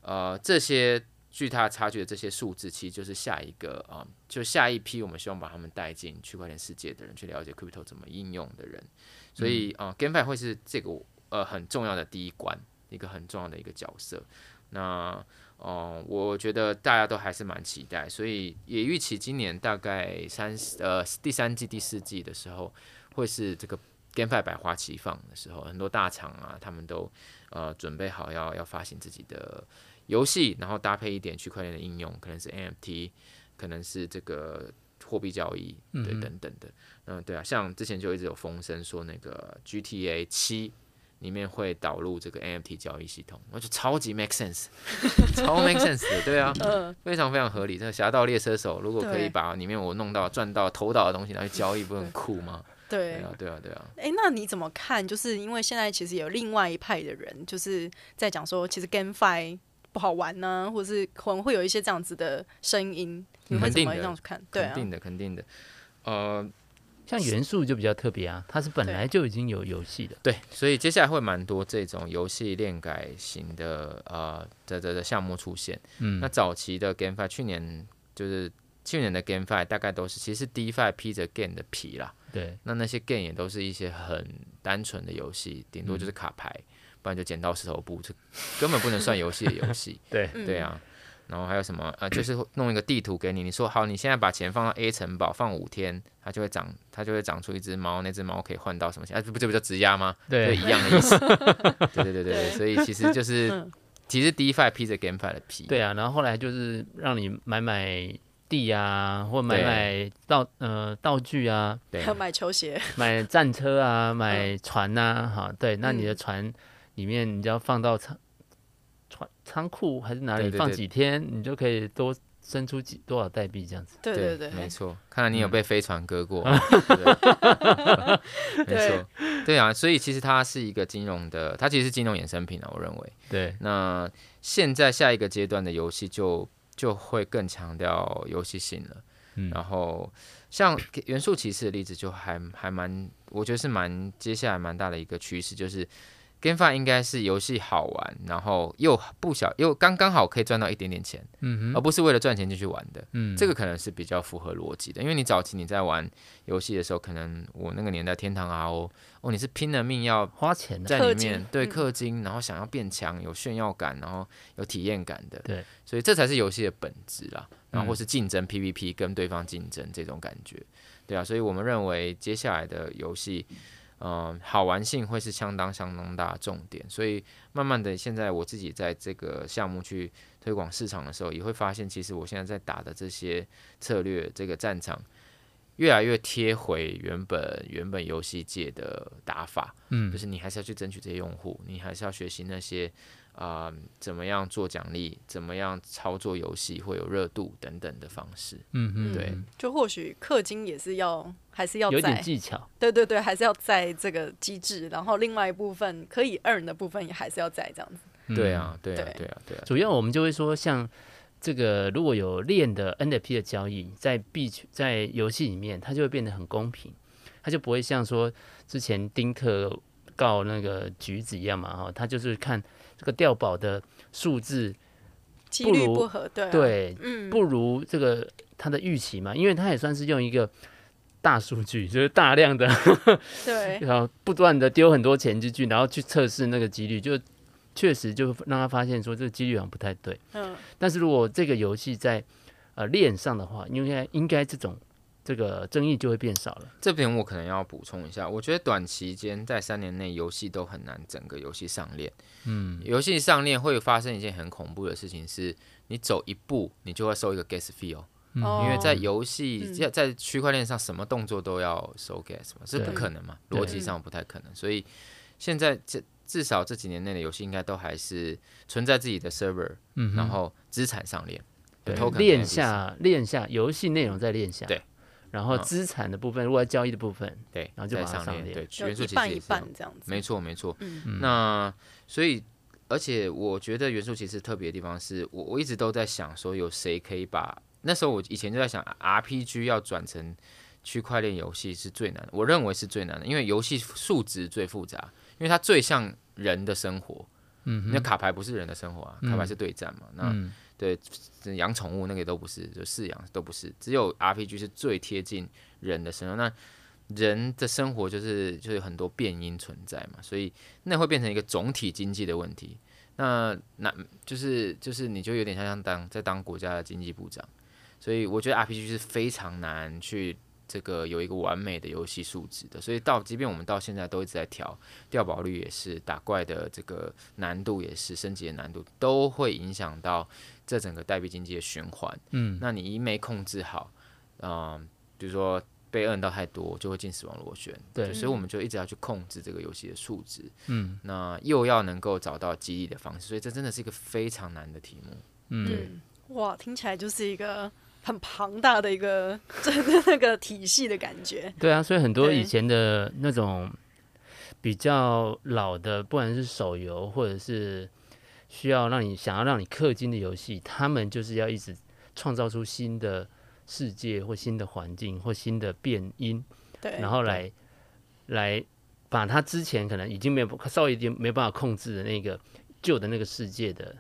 Speaker 2: 呃，这些巨大差距的这些数字，其实就是下一个啊、嗯就下一批我们希望把他们带进区块链世界的人，去了解 crypto 怎么应用的人。所以啊、g a m e f i 会是这个呃很重要的第一关，一个很重要的一个角色。那哦、呃我觉得大家都还是蛮期待，所以也预期今年大概三呃第三季、第四季的时候，会是这个 GameFi 百花齐放的时候，很多大厂啊，他们都呃准备好要要发行自己的游戏，然后搭配一点区块链的应用，可能是 NFT，可能是这个货币交易，对
Speaker 3: 嗯哼
Speaker 2: 等等的。嗯，对啊，像之前就一直有风声说那个 GTA 七。里面会导入这个 NFT 交易系统，我就超级 make sense，超 make sense 的，对啊，
Speaker 1: [LAUGHS] 嗯，
Speaker 2: 非常非常合理。这个《侠盗猎车手》如果可以
Speaker 1: 对
Speaker 2: 把里面我弄到赚到投到的东西拿去交易，不是很酷吗？对
Speaker 1: 对
Speaker 2: 啊，对啊，对啊。
Speaker 1: 哎、那你怎么看？就是因为现在其实有另外一派的人，就是在讲说，其实 GameFi 不好玩呢、或是可能会有一些这样子的声音，你会
Speaker 2: 肯
Speaker 1: 怎
Speaker 2: 定
Speaker 1: 么
Speaker 2: 的
Speaker 1: 样去看？对
Speaker 2: 肯
Speaker 1: 啊，
Speaker 2: 定的，肯定的。呃，
Speaker 3: 像元素就比较特别啊，它是本来就已经有游戏的，
Speaker 2: 对，所以接下来会蛮多这种游戏链改型的呃的的的项目出现。
Speaker 3: 嗯
Speaker 2: 那，早期的 GameFi 去年就是去年的 GameFi 大概都是其实是 DeFi 披着 Game 的皮啦，
Speaker 3: 对，。
Speaker 2: 那那些 game 也都是一些很单纯的游戏，顶多就是卡牌，不然就剪刀石头布，这根本不能算游戏的游戏
Speaker 3: 对
Speaker 1: 嗯
Speaker 2: 对啊，然后还有什么呃，就是弄一个地图给你，你说好，你现在把钱放到 A 城堡放五天，它就会长，它就会长出一只猫，那只猫可以换到什么钱？啊，这不这不就质押吗？
Speaker 3: 对
Speaker 2: 就一样的意思。
Speaker 3: [LAUGHS]
Speaker 2: 对对对对对，
Speaker 1: 对
Speaker 2: 所以其实就是
Speaker 1: [LAUGHS] 嗯。
Speaker 2: 其实 DeFi 披着 GameFi 的皮，
Speaker 3: 对啊，然后后来就是让你买买地啊，或买
Speaker 2: 对
Speaker 3: 买道呃道具啊，
Speaker 2: 对
Speaker 1: 还有买
Speaker 2: [LAUGHS]
Speaker 1: 球鞋，
Speaker 3: 买战车啊，买船呐、哈，对，那你的
Speaker 1: 嗯
Speaker 3: 船里面你就要放到仓船仓库还是哪
Speaker 2: 对
Speaker 3: 里
Speaker 2: 对
Speaker 3: 放
Speaker 2: 对
Speaker 3: 几天，你就可以多生出几多少代币这样子。
Speaker 1: 对对对，
Speaker 2: 没错。看来你有
Speaker 3: 嗯
Speaker 2: 被飞船割
Speaker 3: [LAUGHS]
Speaker 2: 过啊，对 [LAUGHS] 不对没
Speaker 1: 对
Speaker 2: 错，对啊。所以其实它是一个金融的，它其实是金融衍生品啊，我认为。
Speaker 3: 对，
Speaker 2: 那现在下一个阶段的游戏就就会更强调游戏性了。
Speaker 3: 嗯
Speaker 2: 然后像元素骑士的例子就还还蛮，我觉得是蛮接下来蛮大的一个趋势，就是 GameFi 应该是游戏好玩，然后又不小又刚刚好可以赚到一点点钱，
Speaker 3: 嗯
Speaker 2: 而
Speaker 3: 哼，
Speaker 2: 不是为了赚钱就去玩的。
Speaker 3: 嗯，
Speaker 2: 这个可能是比较符合逻辑的，因为你早期你在玩游戏的时候，可能我那个年代天堂 RO，哦，你是拼了命要
Speaker 3: 花钱啊的、
Speaker 2: 在里
Speaker 1: 氪
Speaker 2: 面
Speaker 1: 金
Speaker 2: 对
Speaker 1: 嗯
Speaker 2: 氪金，然后想要变强，有炫耀感，然后有体验感的，
Speaker 3: 对，
Speaker 2: 所以这才是游戏的本质啦。然后或
Speaker 3: 嗯
Speaker 2: 是竞争 PVP 跟对方竞争这种感觉，对啊，所以我们认为接下来的游戏，嗯、好玩性会是相当相当大的重点。所以慢慢的，现在我自己在这个项目去推广市场的时候，也会发现，其实我现在在打的这些策略，这个战场。越来越贴回原本原本游戏界的打法，
Speaker 3: 嗯
Speaker 2: 就是你还是要去争取这些用户，你还是要学习那些啊、怎么样做奖励，怎么样操作游戏会有热度等等的方式。
Speaker 3: 嗯哼，
Speaker 2: 对
Speaker 3: 嗯
Speaker 1: 就或许氪金也是要还是要
Speaker 3: 有
Speaker 1: 在
Speaker 3: 点，技巧，
Speaker 1: 对对对，还是要在这个机制，然后另外一部分可以 earn 的部分也还是要在这样子，
Speaker 2: 对
Speaker 3: 嗯
Speaker 2: 啊，对啊
Speaker 1: 对，
Speaker 2: 对啊，对啊，
Speaker 3: 主要我们就会说，像这个如果有链的 NFT 的交易，在币圈在游戏里面，它就会变得很公平，它就不会像说之前丁特告那个橘子一样嘛，哈，它就是看这个掉宝的数字，
Speaker 1: 几
Speaker 3: 不
Speaker 1: 率
Speaker 3: 如
Speaker 1: 不合，对啊
Speaker 3: 对，
Speaker 1: 嗯，
Speaker 3: 不如这个它的预期嘛，因为它也算是用一个。大数据就是大量的，
Speaker 1: 对，
Speaker 3: 然后不断的丢很多钱进去，然后去测试那个几率，就确实就让他发现说这个几率好像不太对。
Speaker 1: 嗯，
Speaker 3: 但是如果这个游戏在呃链上的话，应该应该这种这个争议就会变少了。
Speaker 2: 这边我可能要补充一下，我觉得短期间在三年内游戏都很难整个游戏上链。嗯，游戏上链会发生一件很恐怖的事情是，你走一步你就会收一个 gas fee 哦。
Speaker 1: 哦
Speaker 2: 因为在游戏
Speaker 1: 嗯
Speaker 2: 在在区块链上，什么动作都要收 gas 嘛，是
Speaker 3: 对
Speaker 2: 不可能嘛，
Speaker 3: 对
Speaker 2: 逻辑上不太可能。所以现在这至少这几年内的游戏，应该都还是存在自己的 server，、
Speaker 3: 嗯哼
Speaker 2: 然后资产上链，
Speaker 3: 对
Speaker 2: token NFT
Speaker 3: 链下链下游戏内容在链下，
Speaker 2: 对，
Speaker 3: 然后
Speaker 2: 嗯
Speaker 3: 资产的部分，如果要交易的部分，
Speaker 2: 对，
Speaker 3: 然后就
Speaker 2: 再
Speaker 3: 把它上
Speaker 2: 链，
Speaker 3: 链
Speaker 2: 对，
Speaker 1: 就
Speaker 2: 元素
Speaker 1: 一
Speaker 2: 其实
Speaker 1: 半
Speaker 2: 也
Speaker 1: 一
Speaker 2: 是这样
Speaker 1: 半这样子，
Speaker 2: 没错，没错。
Speaker 1: 嗯
Speaker 2: 那所以，而且我觉得元素其实特别的地方是我我一直都在想说，有谁可以把那时候我以前就在想，RPG 要转成区块链游戏是最难的，我认为是最难的，因为游戏数值最复杂，因为它最像人的生活。
Speaker 3: 嗯
Speaker 2: 那卡牌不是人的生活啊，卡牌是对战嘛。那
Speaker 3: 嗯
Speaker 2: 对，养宠物那个都不是，就饲养都不是，只有 RPG 是最贴近人的生活。那人的生活就是就是有很多变因存在嘛，所以那会变成一个总体经济的问题。那那就是就是你就有点像像当在当国家的经济部长，所以我觉得 RPG 是非常难去这个有一个完美的游戏素质的。所以到即便我们到现在都一直在调掉宝率也是，打怪的这个难度也是，升级的难度都会影响到这整个代币经济的循环。
Speaker 3: 嗯，
Speaker 2: 那你一没控制好，嗯、比如说被摁到太多，就会进死亡螺旋。
Speaker 3: 对
Speaker 2: 所以我们就一直要去控制这个游戏的数值。
Speaker 3: 嗯，
Speaker 2: 那又要能够找到激励的方式，所以这真的是一个非常难的题目。
Speaker 1: 嗯，哇，听起来就是一个很庞大的一个 [LAUGHS] 真的那个体系的感觉。
Speaker 3: 对啊，所以很多以
Speaker 1: 对
Speaker 3: 前的那种比较老的，不管是手游或者是需要让你想要让你氪金的游戏，他们就是要一直创造出新的世界或新的环境或新的变因，
Speaker 1: 对，
Speaker 3: 然后来来把它之前可能已经没有稍微有点没办法控制的那个旧的那个世界的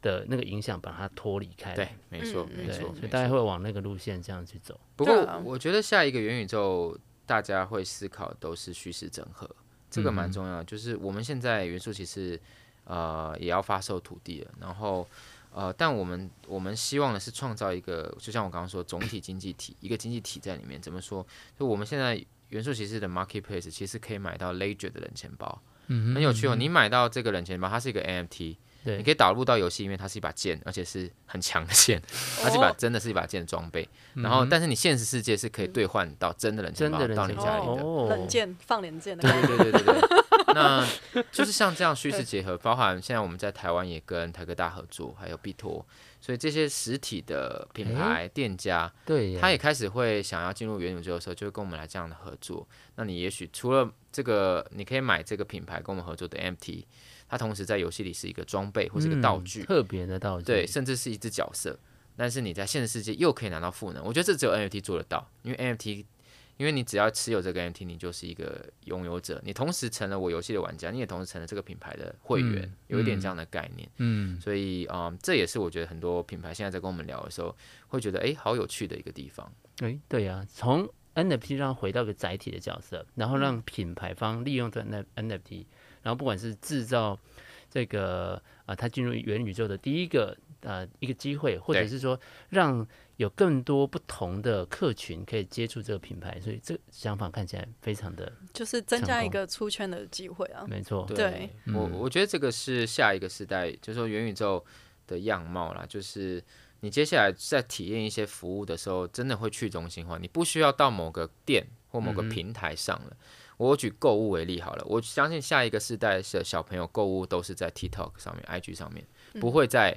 Speaker 3: 的那个影响，把它脱离开
Speaker 2: 对
Speaker 3: 来。，
Speaker 2: 没错，
Speaker 1: 嗯
Speaker 2: 没
Speaker 3: 对，
Speaker 2: 错
Speaker 3: 所以，
Speaker 2: 没
Speaker 3: 大家
Speaker 2: 错
Speaker 3: 会往那个路线这样去走。
Speaker 2: 不
Speaker 1: 对
Speaker 2: 过
Speaker 1: 啊
Speaker 2: 我觉得下一个元宇宙大家会思考都是虚实整合，这个蛮重要的。就是我们现在元素其实呃也要发售土地了，然后呃，但我们我们希望的是创造一个，就像我刚刚说，总体经济体，一个经济体在里面。怎么说？就我们现在元素骑士的 marketplace 其实可以买到 Ledger 的冷钱包，
Speaker 3: 嗯
Speaker 2: 很有趣哦。你买到这个冷钱包，它是一个 NFT，
Speaker 3: 对
Speaker 2: 你可以导入到游戏里面，它是一把剑，而且是很强的剑，它是一把真的是一把剑的装备。然后，但是你现实世界是可以兑换到真的冷钱
Speaker 3: 嗯真
Speaker 2: 包
Speaker 3: 的人
Speaker 2: 到你家里的。
Speaker 3: 哦，
Speaker 1: 冷箭放冷箭的
Speaker 2: 对
Speaker 1: 感觉。
Speaker 2: 对对对对对，那就是像这样虚实结合，包含现在我们在台湾也跟台科大合作，还有必拓，所以这些实体的品牌店家，
Speaker 3: 对耶，
Speaker 2: 他也开始会想要进入元宇宙的时候，就会跟我们来这样的合作。那你也许除了这个，你可以买这个品牌跟我们合作的 MT，它同时在游戏里是一个装备或是一个道
Speaker 3: 嗯
Speaker 2: 具，
Speaker 3: 特别的道具，
Speaker 2: 对，甚至是一只角色，但是你在现实世界又可以拿到赋能，我觉得这只有 NFT 做得到，因为 NFT，因为你只要持有这个 NFT，你就是一个拥有者，你同时成了我游戏的玩家，你也同时成了这个品牌的会员，
Speaker 3: 嗯
Speaker 2: 有一点
Speaker 3: 嗯
Speaker 2: 这样的概念，
Speaker 3: 嗯，
Speaker 2: 所以啊、嗯这也是我觉得很多品牌现在在跟我们聊的时候，会觉得诶，好有趣的一个地方，
Speaker 3: 诶，对呀、从 NFT 让它回到个载体的角色，然后让品牌方利用这 N NFT，然后不管是制造这个啊、呃它进入元宇宙的第一个呃一个机会，或者
Speaker 2: 对
Speaker 3: 是说让有更多不同的客群可以接触这个品牌，所以这个想法看起来非常的
Speaker 1: 就是增加一个出圈的机会啊。
Speaker 3: 没错，
Speaker 1: 对
Speaker 2: 我，
Speaker 3: 嗯
Speaker 2: 我觉得这个是下一个时代，就是说元宇宙的样貌啦，就是你接下来在体验一些服务的时候，真的会去中心化，你不需要到某个店或某个
Speaker 3: 嗯
Speaker 2: 平台上了。我举购物为例好了，我相信下一个世代的小朋友购物都是在 TikTok 上面、IG 上面，不会在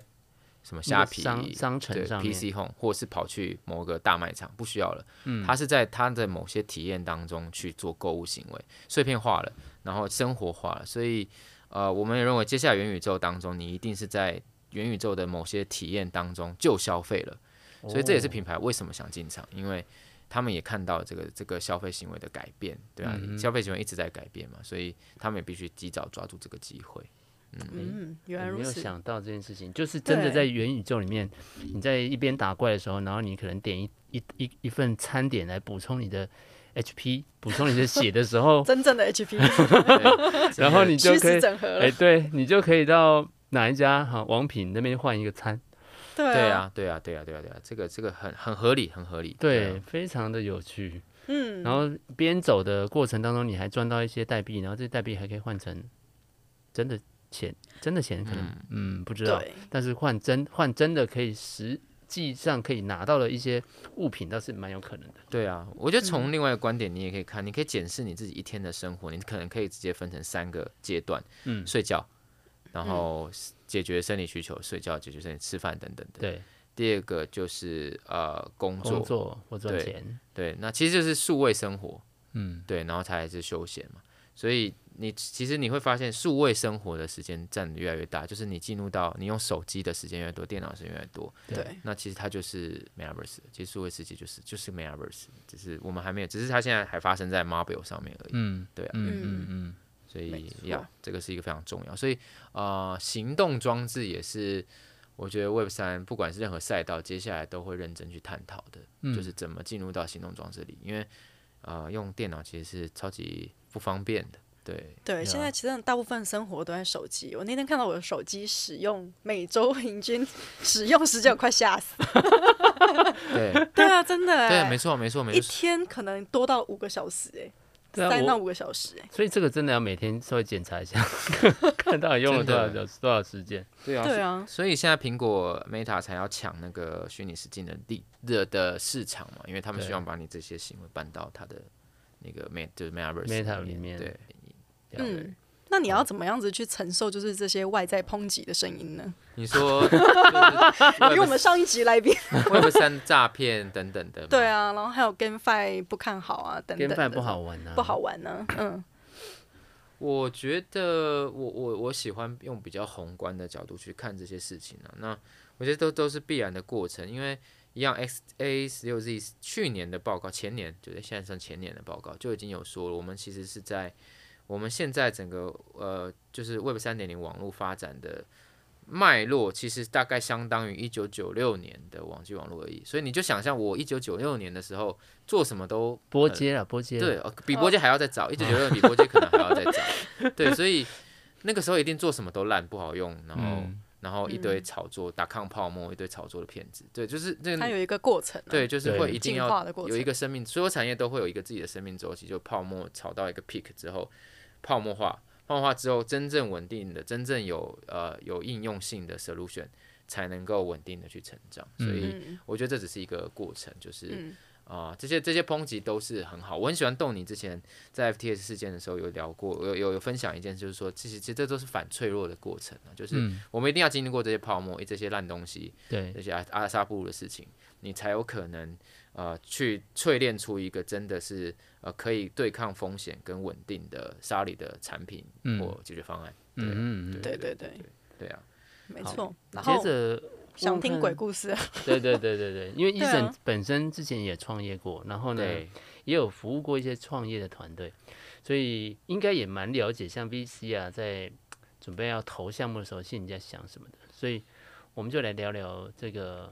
Speaker 2: 什么虾皮、
Speaker 3: 商商城
Speaker 2: 对
Speaker 3: 上面
Speaker 2: PC Home 或是跑去某个大卖场，不需要了。
Speaker 3: 嗯
Speaker 2: 他是在他的某些体验当中去做购物行为，碎片化了，然后生活化了。所以，呃，我们也认为接下来元宇宙当中，你一定是在元宇宙的某些体验当中就消费了。所以这也是
Speaker 3: 哦
Speaker 2: 品牌为什么想进场，因为他们也看到这个这个消费行为的改变，对啊，
Speaker 3: 嗯
Speaker 2: 消费行为一直在改变嘛，所以他们也必须及早抓住这个机
Speaker 3: [LAUGHS]
Speaker 2: 会。
Speaker 1: 嗯，原来
Speaker 3: 我
Speaker 1: 如
Speaker 3: 没有
Speaker 1: 此。
Speaker 3: 想到这件事情，就是真的
Speaker 1: 对，
Speaker 3: 在元宇宙里面，你在一边打怪的时候，然后你可能点一一一一份餐点来补充你的 HP，补充你的血的时候
Speaker 1: [LAUGHS] 真正的 HP
Speaker 3: 然 [LAUGHS] 后你就
Speaker 1: 虚
Speaker 3: 可以
Speaker 1: 实，整合了
Speaker 3: 哎，，对你就可以到哪一家哈王品那边换一个餐，
Speaker 1: 对
Speaker 2: 对，啊，对啊，对啊，对啊，对啊，这个这个很很合理，很合理。啊
Speaker 3: 对，非常的有趣。
Speaker 1: 嗯，
Speaker 3: 然后边走的过程当中，你还赚到一些代币，然后这些代币还可以换成真的钱，真的钱可能嗯不知道，
Speaker 1: 对，
Speaker 3: 但是换真换真的可以实际上可以拿到的一些物品，倒是蛮有可能的。
Speaker 2: 对啊，我觉得
Speaker 3: 嗯
Speaker 2: 从另外一个观点，你也可以看，你可以检视你自己一天的生活，你可能可以直接分成三个阶段：
Speaker 3: 嗯，
Speaker 2: 睡觉，然后解决生理需求，睡觉解决生理吃饭等等的。
Speaker 3: 对，
Speaker 2: 第二个就是呃工作，
Speaker 3: 工作或赚
Speaker 2: 对
Speaker 3: 钱，
Speaker 2: 对，那其实就是数位生活，
Speaker 3: 嗯，
Speaker 2: 对，然后才是休闲嘛。所以你其实你会发现，数位生活的时间占的越来越大，就是你进入到你用手机的时间越来越多，电脑的时间越来越多，
Speaker 1: 对，
Speaker 2: 那其实它就是 Metaverse，其实数位世界就是就是 Metaverse，只是我们还没有，只是它现在还发生在 Marvel 上面而已。
Speaker 3: 嗯，
Speaker 2: 对啊
Speaker 3: 嗯嗯
Speaker 1: 嗯
Speaker 3: 嗯，
Speaker 2: 所
Speaker 1: 没
Speaker 2: 以
Speaker 1: 错
Speaker 2: 呀，这个是一个非常重要。所以呃，行动装置也是我觉得 Web 三不管是任何赛道，接下来都会认真去探讨的，
Speaker 3: 嗯
Speaker 2: 就是怎么进入到行动装置里，因为呃，用电脑其实是超级不方便的，对，
Speaker 3: 嗯
Speaker 1: 对，
Speaker 3: 啊
Speaker 1: 现在其实大部分生活都在手机。我那天看到我的手机使用每周平均使用时间，我快吓死。
Speaker 2: 对，
Speaker 1: 对啊，真的哎、
Speaker 2: 对，没错，没错，没
Speaker 1: 一
Speaker 2: 错，
Speaker 1: 天可能多到五个小时哎、
Speaker 3: 对啊
Speaker 1: 三
Speaker 3: 我
Speaker 1: 到五个小时哎、
Speaker 3: 所以这个真的要每天稍微检查一下，看到底用了多少
Speaker 2: 真的
Speaker 3: 小时、多少时间。
Speaker 2: 对啊
Speaker 1: 对啊，
Speaker 2: 所以现在苹果 Meta 才要抢那个虚拟实境的地的的市场嘛，因为他们
Speaker 3: 对
Speaker 2: 希望把你这些行为搬到它的那个 Meta 就是 Metaverse
Speaker 3: 嗯 Meta 里
Speaker 2: 里
Speaker 3: 面
Speaker 2: 对，
Speaker 1: 嗯，那你要怎么样子去承受就是这些外在抨击的声音呢？
Speaker 2: 你
Speaker 1: [LAUGHS]
Speaker 2: 说就是
Speaker 1: 因为我们上一集来宾，
Speaker 2: Web Web 三诈骗等等的，
Speaker 1: [LAUGHS] 对，啊，然后还有 GameFi 不看好啊等等
Speaker 3: 跟
Speaker 1: 的
Speaker 3: 饭不好玩啊，
Speaker 1: 不好玩呢、嗯，
Speaker 2: 我觉得我我我喜欢用比较宏观的角度去看这些事情啊，那我觉得都都是必然的过程，因为一样 X A 十六 Z 去年的报告，前年就是现在算前年的报告就已经有说了，我们其实是在我们现在整个呃就是 Web 三点零网络发展的脉络，其实大概相当于一九九六年的网际网络而已，所以你就想象我一九九六年的时候做什么都
Speaker 3: 波接啊，波接。
Speaker 2: 对，哦比波街还要再早，一九九六比波街可能还要再早。对，所以那个时候一定做什么都烂，不好用，然后、
Speaker 3: 嗯
Speaker 2: 然后一堆炒作、打抗泡沫，一堆炒作的骗子。对，就是这
Speaker 1: 它有
Speaker 2: 个。
Speaker 1: 一个过程、啊。
Speaker 2: 对，就是
Speaker 3: 对
Speaker 2: 会一定
Speaker 1: 进
Speaker 2: 要
Speaker 1: 化的过程
Speaker 2: 有一个生命，所有产业都会有一个自己的生命周期，就泡沫炒到一个 peak 之后，泡沫化，泡沫化之后，真正稳定的、真正有呃有应用性的 solution 才能够稳定的去成长。所以
Speaker 1: 嗯
Speaker 2: 我觉得这只是一个过程，就是
Speaker 1: 嗯，
Speaker 2: 啊、这些这些抨击都是很好。我很喜欢豆你之前在 FTS 事件的时候有聊过，有有有分享一件，就是说，其实其实这都是反脆弱的过程啊，就是
Speaker 3: 嗯，
Speaker 2: 我们一定要经历过这些泡沫、这些烂东西、
Speaker 3: 对，
Speaker 2: 这些阿阿萨布鲁的事情，你才有可能呃去淬炼出一个真的是呃可以对抗风险跟稳定的沙里的产品
Speaker 3: 嗯
Speaker 2: 或解决方案。
Speaker 3: 嗯嗯嗯。
Speaker 1: 对
Speaker 2: 对
Speaker 1: 对对，
Speaker 2: 对啊，
Speaker 1: 没错。然
Speaker 3: 接
Speaker 1: 后
Speaker 3: 着
Speaker 1: 想听鬼
Speaker 3: 故。
Speaker 1: 故事，啊
Speaker 3: 对对对对对，因为医
Speaker 1: 对啊
Speaker 3: 生本身之前也创业过，然后呢
Speaker 2: 对
Speaker 3: 也有服务过一些创业的团队，所以应该也蛮了解像 VC 啊，在准备要投项目的时候，心里在想什么的。所以我们就来聊聊这个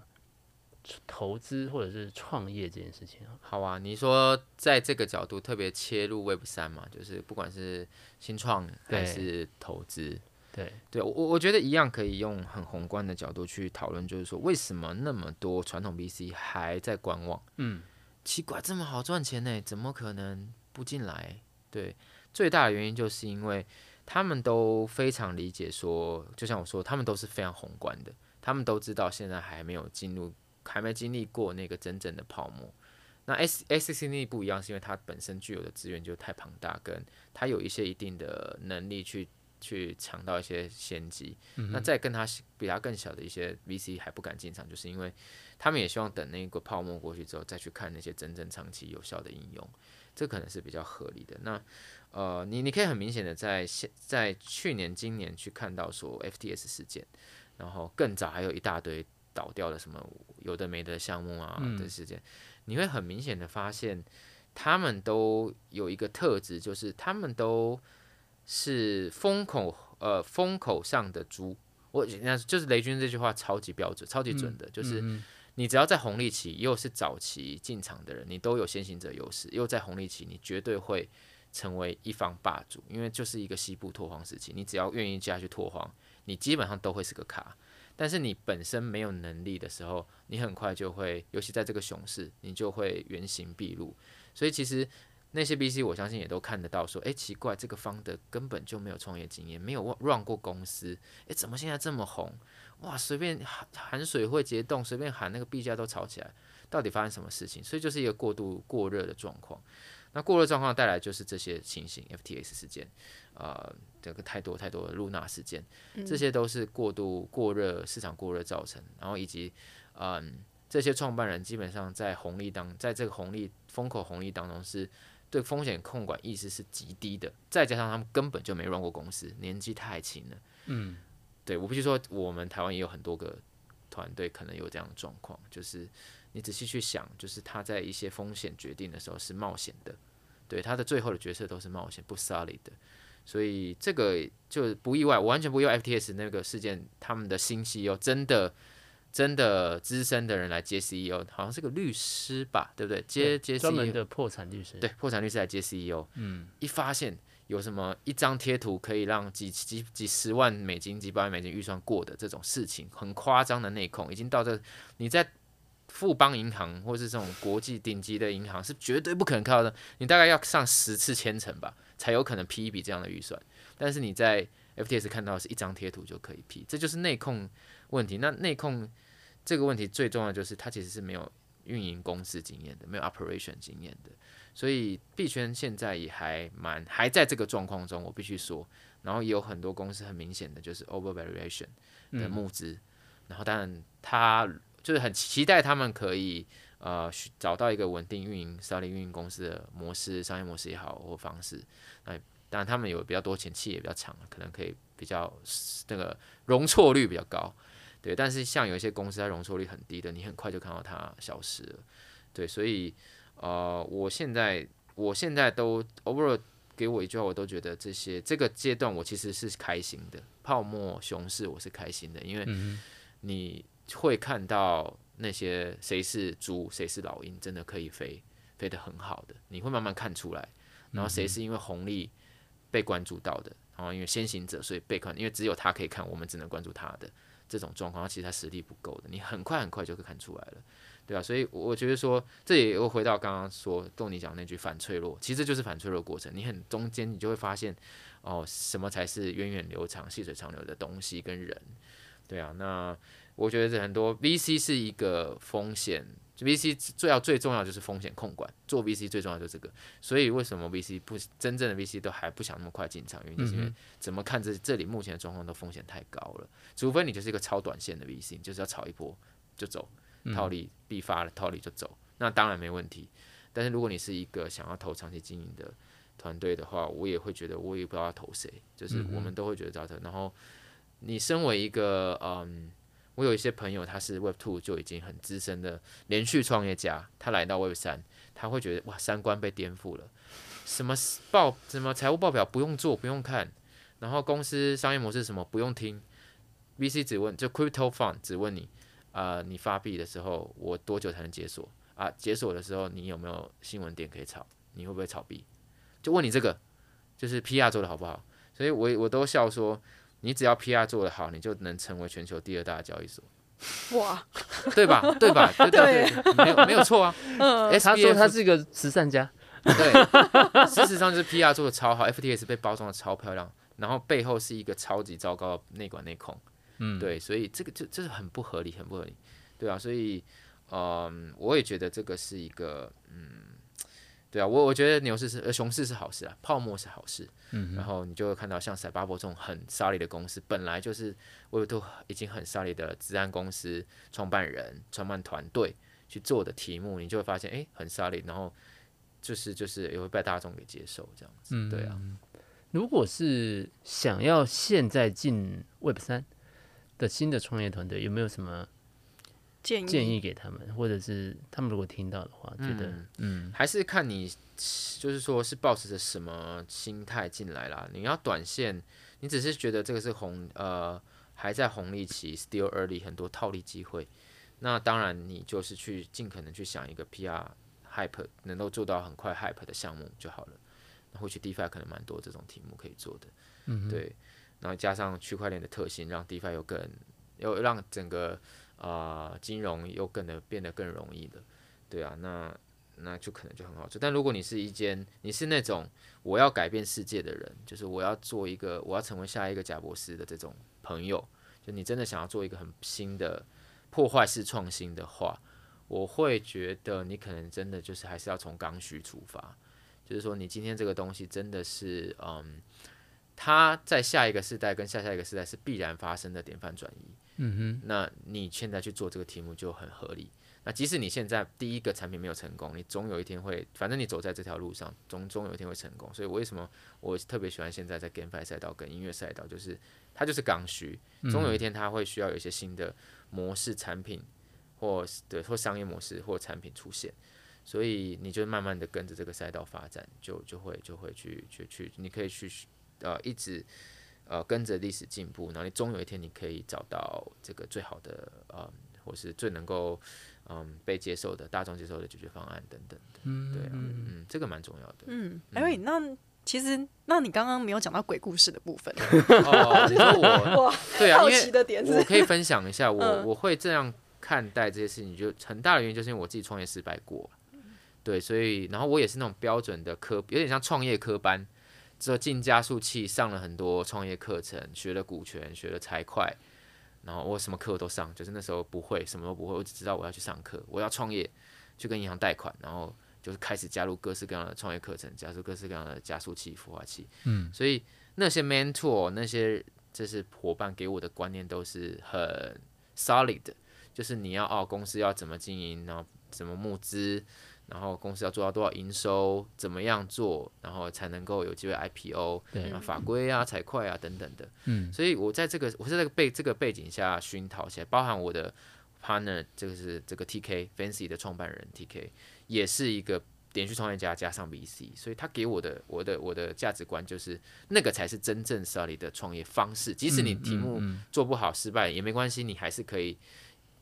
Speaker 3: 投资或者是创业这件事情啊。
Speaker 2: 好啊，你说在这个角度特别切入 Web 三嘛，就是不管是新创还
Speaker 3: 对
Speaker 2: 是投资，
Speaker 3: 对，
Speaker 2: 对我我我觉得一样可以用很宏观的角度去讨论，就是说为什么那么多传统 VC 还在观望？
Speaker 3: 嗯，
Speaker 2: 奇怪，这么好赚钱呢，怎么可能不进来？对，最大的原因就是因为他们都非常理解说，就像我说，他们都是非常宏观的，他们都知道现在还没有进入，还没经历过那个真正的泡沫。那 S S C D 不一样，是因为它本身具有的资源就太庞大，跟它有一些一定的能力去去抢到一些先机。那再跟它比它更小的一些 VC 还不敢进场，就是因为他们也希望等那个泡沫过去之后，再去看那些真正长期有效的应用，这可能是比较合理的。那呃，你你可以很明显的在现在去年、今年去看到说 FTS 事件，然后更早还有一大堆倒掉的什么有的没的项目啊
Speaker 3: 嗯
Speaker 2: 的事件，你会很明显的发现，他们都有一个特质，就是他们都是风口呃风口上的猪。我那就是雷军这句话超级标准、超级准的，就是
Speaker 3: 嗯
Speaker 2: 你只要在红利期又是早期进场的人，你都有先行者优势，又在红利期，你绝对会成为一方霸主，因为就是一个西部拓荒时期，你只要愿意下去拓荒，你基本上都会是个卡。但是你本身没有能力的时候，你很快就会，尤其在这个熊市，你就会原形毕露。所以其实那些 BC 我相信也都看得到，说，诶，奇怪，这个方的根本就没有创业经验，没有 run 过公司，诶，怎么现在这么红？哇，随便喊喊水会结冻，随便喊那个币价都炒起来，到底发生什么事情？所以就是一个过度过热的状况。那过热状况带来就是这些情形，FTX 事件，呃，这个太多太多的露娜事件，这些都是过度过热市场过热造成，然后以及嗯，这些创办人基本上在红利当，在这个红利风口红利当中是。对风险控管意识是极低的，再加上他们根本就没 run 过公司，年纪太轻了，
Speaker 3: 嗯，
Speaker 2: 对我必须说，我们台湾也有很多个团队可能有这样的状况，就是你仔细去想，就是他在一些风险决定的时候是冒险的，对他的最后的决策都是冒险不 solid 的，所以这个就不意外，我完全不意外 FTS 那个事件，他们的新 CEO 真的真的资深的人来接 CEO，好像是个律师吧，对不对？接接
Speaker 3: 专
Speaker 2: CEO
Speaker 3: 门的破产律师，
Speaker 2: 对，破产律师来接 CEO，
Speaker 3: 嗯，
Speaker 2: 一发现有什么一张贴图可以让几几几十万美金、几百万美金预算过的这种事情，很夸张的内控，已经到这，你在富邦银行或是这种国际顶级的银行是绝对不可能看到的，你大概要上十次千层吧，才有可能批一笔这样的预算，但是你在 FTS 看到的是一张贴图就可以批，这就是内控问题。那内控这个问题最重要的就是它其实是没有运营公司经验的，没有 operation 经验的。所以币圈现在也还蛮还在这个状况中，我必须说。然后也有很多公司很明显的就是 overvaluation 的募资，然后当然他就是很期待他们可以呃寻找到一个稳定运营、startup 运营公司的模式、商业模式也好或方式。那当然他们有比较多钱，期也比较长，可能可以比较那个容错率比较高。对，但是像有一些公司，它容错率很低的，你很快就看到它消失了。对，所以呃，我现在我现在都 overall 给我一句话，我都觉得这些这个阶段我其实是开心的。泡沫熊市我是开心的，因为你会看到那些谁是猪，谁是老鹰，真的可以飞，飞得很好的，你会慢慢看出来。然后谁是因为红利被关注到的，然后因为先行者所以被看，因为只有他可以看，我们只能关注他的这种状况，他其实他实力不够的，你很快很快就可以看出来了。对啊，所以我觉得说，这也又回到刚刚说豆你讲那句反脆弱，其实这就是反脆弱的过程。你很中间，你就会发现，哦，什么才是源远流长、细水长流的东西跟人。对啊，那我觉得很多 VC 是一个风险，VC 最要最重要就是风险控管，做 VC 最重要就是这个。所以为什么 VC 不真正的 VC 都还不想那么快进场？原因就是因为怎么看这这里目前的状况都风险太高了，除非你就是一个超短线的 VC，你就是要炒一波就走。套利必发了，套利就走，那当然没问题。但是如果你是一个想要投长期经营的团队的话，我也会觉得我也不知道要投谁，就是我们都会觉得找他。然后你身为一个嗯，我有一些朋友他是 Web Two 就已经很资深的连续创业家，他来到 Web 三，他会觉得哇三观被颠覆了，什么报什么财务报表不用做不用看，然后公司商业模式什么不用听，VC 只问就 Crypto Fund 只问你啊，你发币的时候，我多久才能解锁啊？解锁的时候，你有没有新闻点可以炒？你会不会炒币？就问你这个，就是 PR 做的好不好？所以我我都笑说，你只要 PR 做的好，你就能成为全球第二大的交易所，
Speaker 1: 哇，
Speaker 2: 对吧？对吧？对对对，没有没有错啊。
Speaker 3: 哎，他说他
Speaker 2: SBF
Speaker 3: 是个慈善家，
Speaker 2: 对， [LAUGHS] 事实上就是 PR 做的超好，FTS 被包装的超漂亮，然后背后是一个超级糟糕的内管内控，
Speaker 3: 嗯，
Speaker 2: 对，所以这个就这是很不合理，很不合理，对啊，所以嗯，我也觉得这个是一个嗯，对啊，我我觉得牛市是呃熊市是好事啊，泡沫是好事，嗯，然后你就会看到像塞巴伯这种很沙利的公司，本来就是我有都已经很沙利的治安公司创办人、创办团队去做的题目，你就会发现哎、诶很沙利，然后。就是就是也会被大众给接受这样子，对啊，
Speaker 3: 如果是想要现在进 Web 三的新的创业团队，有没有什么
Speaker 1: 建议
Speaker 3: 建议给他们，或者是他们如果听到的话，觉得
Speaker 2: 嗯
Speaker 3: 嗯
Speaker 2: 还是看你就是说是抱持着什么心态进来啦。你要短线，你只是觉得这个是红呃还在红利期，still early，很多套利机会。那当然，你就是去尽可能去想一个 PR hype 能够做到很快 hype 的项目就好了。那或许 DeFi 可能蛮多这种题目可以做的，嗯、对。然后加上区块链的特性，让 DeFi 又更又让整个啊、呃金融又更的变得更容易的，对啊。那那就可能就很好做。但如果你是一间，你是那种我要改变世界的人，就是我要做一个，我要成为下一个贾博士的这种朋友，就你真的想要做一个很新的破坏式创新的话，我会觉得你可能真的就是还是要从刚需出发，就是说你今天这个东西真的是，嗯，它在下一个世代跟下下一个世代是必然发生的典范转移。
Speaker 3: 嗯
Speaker 2: 那你现在去做这个题目就很合理。那即使你现在第一个产品没有成功，你总有一天会，反正你走在这条路上，总总有一天会成功。所以为什么我特别喜欢现在在 GameFi 赛道跟音乐赛道，就是它就是刚需，总有一天它会需要有一些新的模式产品，或对或商业模式或产品出现。所以你就慢慢的跟着这个赛道发展，就就会就会去去去，你可以去呃一直呃跟着历史进步，然后你终有一天你可以找到这个最好的呃，或是最能够嗯被接受的大众接受的解决方案等等的，对啊，嗯，这个蛮重要的。
Speaker 1: 嗯，哎喂，那其实那你刚刚没有讲到鬼故事的部分，
Speaker 2: 哦，你说
Speaker 1: [LAUGHS]
Speaker 2: 我
Speaker 1: 哇，
Speaker 2: 对啊，
Speaker 1: 好
Speaker 2: 因
Speaker 1: 奇
Speaker 2: 为
Speaker 1: 的点
Speaker 2: 我
Speaker 1: 是，
Speaker 2: 可以分享一
Speaker 1: [LAUGHS]
Speaker 2: 下，我
Speaker 1: 嗯
Speaker 2: 我会这样看待这些事情，就很大的原因就是因为我自己创业失败过，对，所以然后我也是那种标准的科，有点像创业科班，之后进加速器上了很多创业课程，学了股权，学了财会，然后我什么课我都上，就是那时候不会，什么都不会，我只知道我要去上课，我要创业，去跟银行贷款，然后就是开始加入各式各样的创业课程，加入各式各样的加速器、孵化器，嗯，所以那些 mentor 那些就是伙伴给我的观念都是很 solid，的就是你要哦，公司要怎么经营，然后怎么募资，然后公司要做到多少营收，怎么样做，然后才能够有机会 IPO，
Speaker 3: 对
Speaker 2: 那法规啊、财会啊等等的，
Speaker 3: 嗯，
Speaker 2: 所以我在这个我在这个背这个背景下熏陶起来，包含我的 partner 就是这个 TK Fancy 的创办人 TK，也是一个。连续创业家加上 VC，所以他给我的我的我的价值观就是那个才是真正 solid 的创业方式。即使你题
Speaker 3: 嗯
Speaker 2: 目做不好、失败也没关系，你还是可以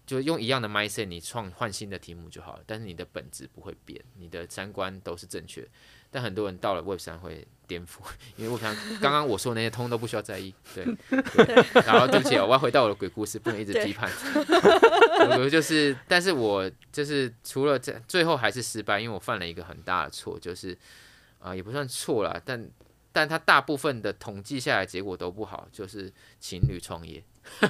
Speaker 2: 就用一样的 mindset，你创换新的题目就好了。但是你的本质不会变，你的三观都是正确。但很多人到了 Web 三会颠覆，因为 Web 三刚刚我说的那些通通都不需要在意。对，对然后对不起，我要回到我的鬼故事，不能一直批判。我就是，但是我就是除了这最后还是失败，因为我犯了一个很大的错，就是啊、呃也不算错啦，但但他大部分的统计下来结果都不好，就是情侣创业。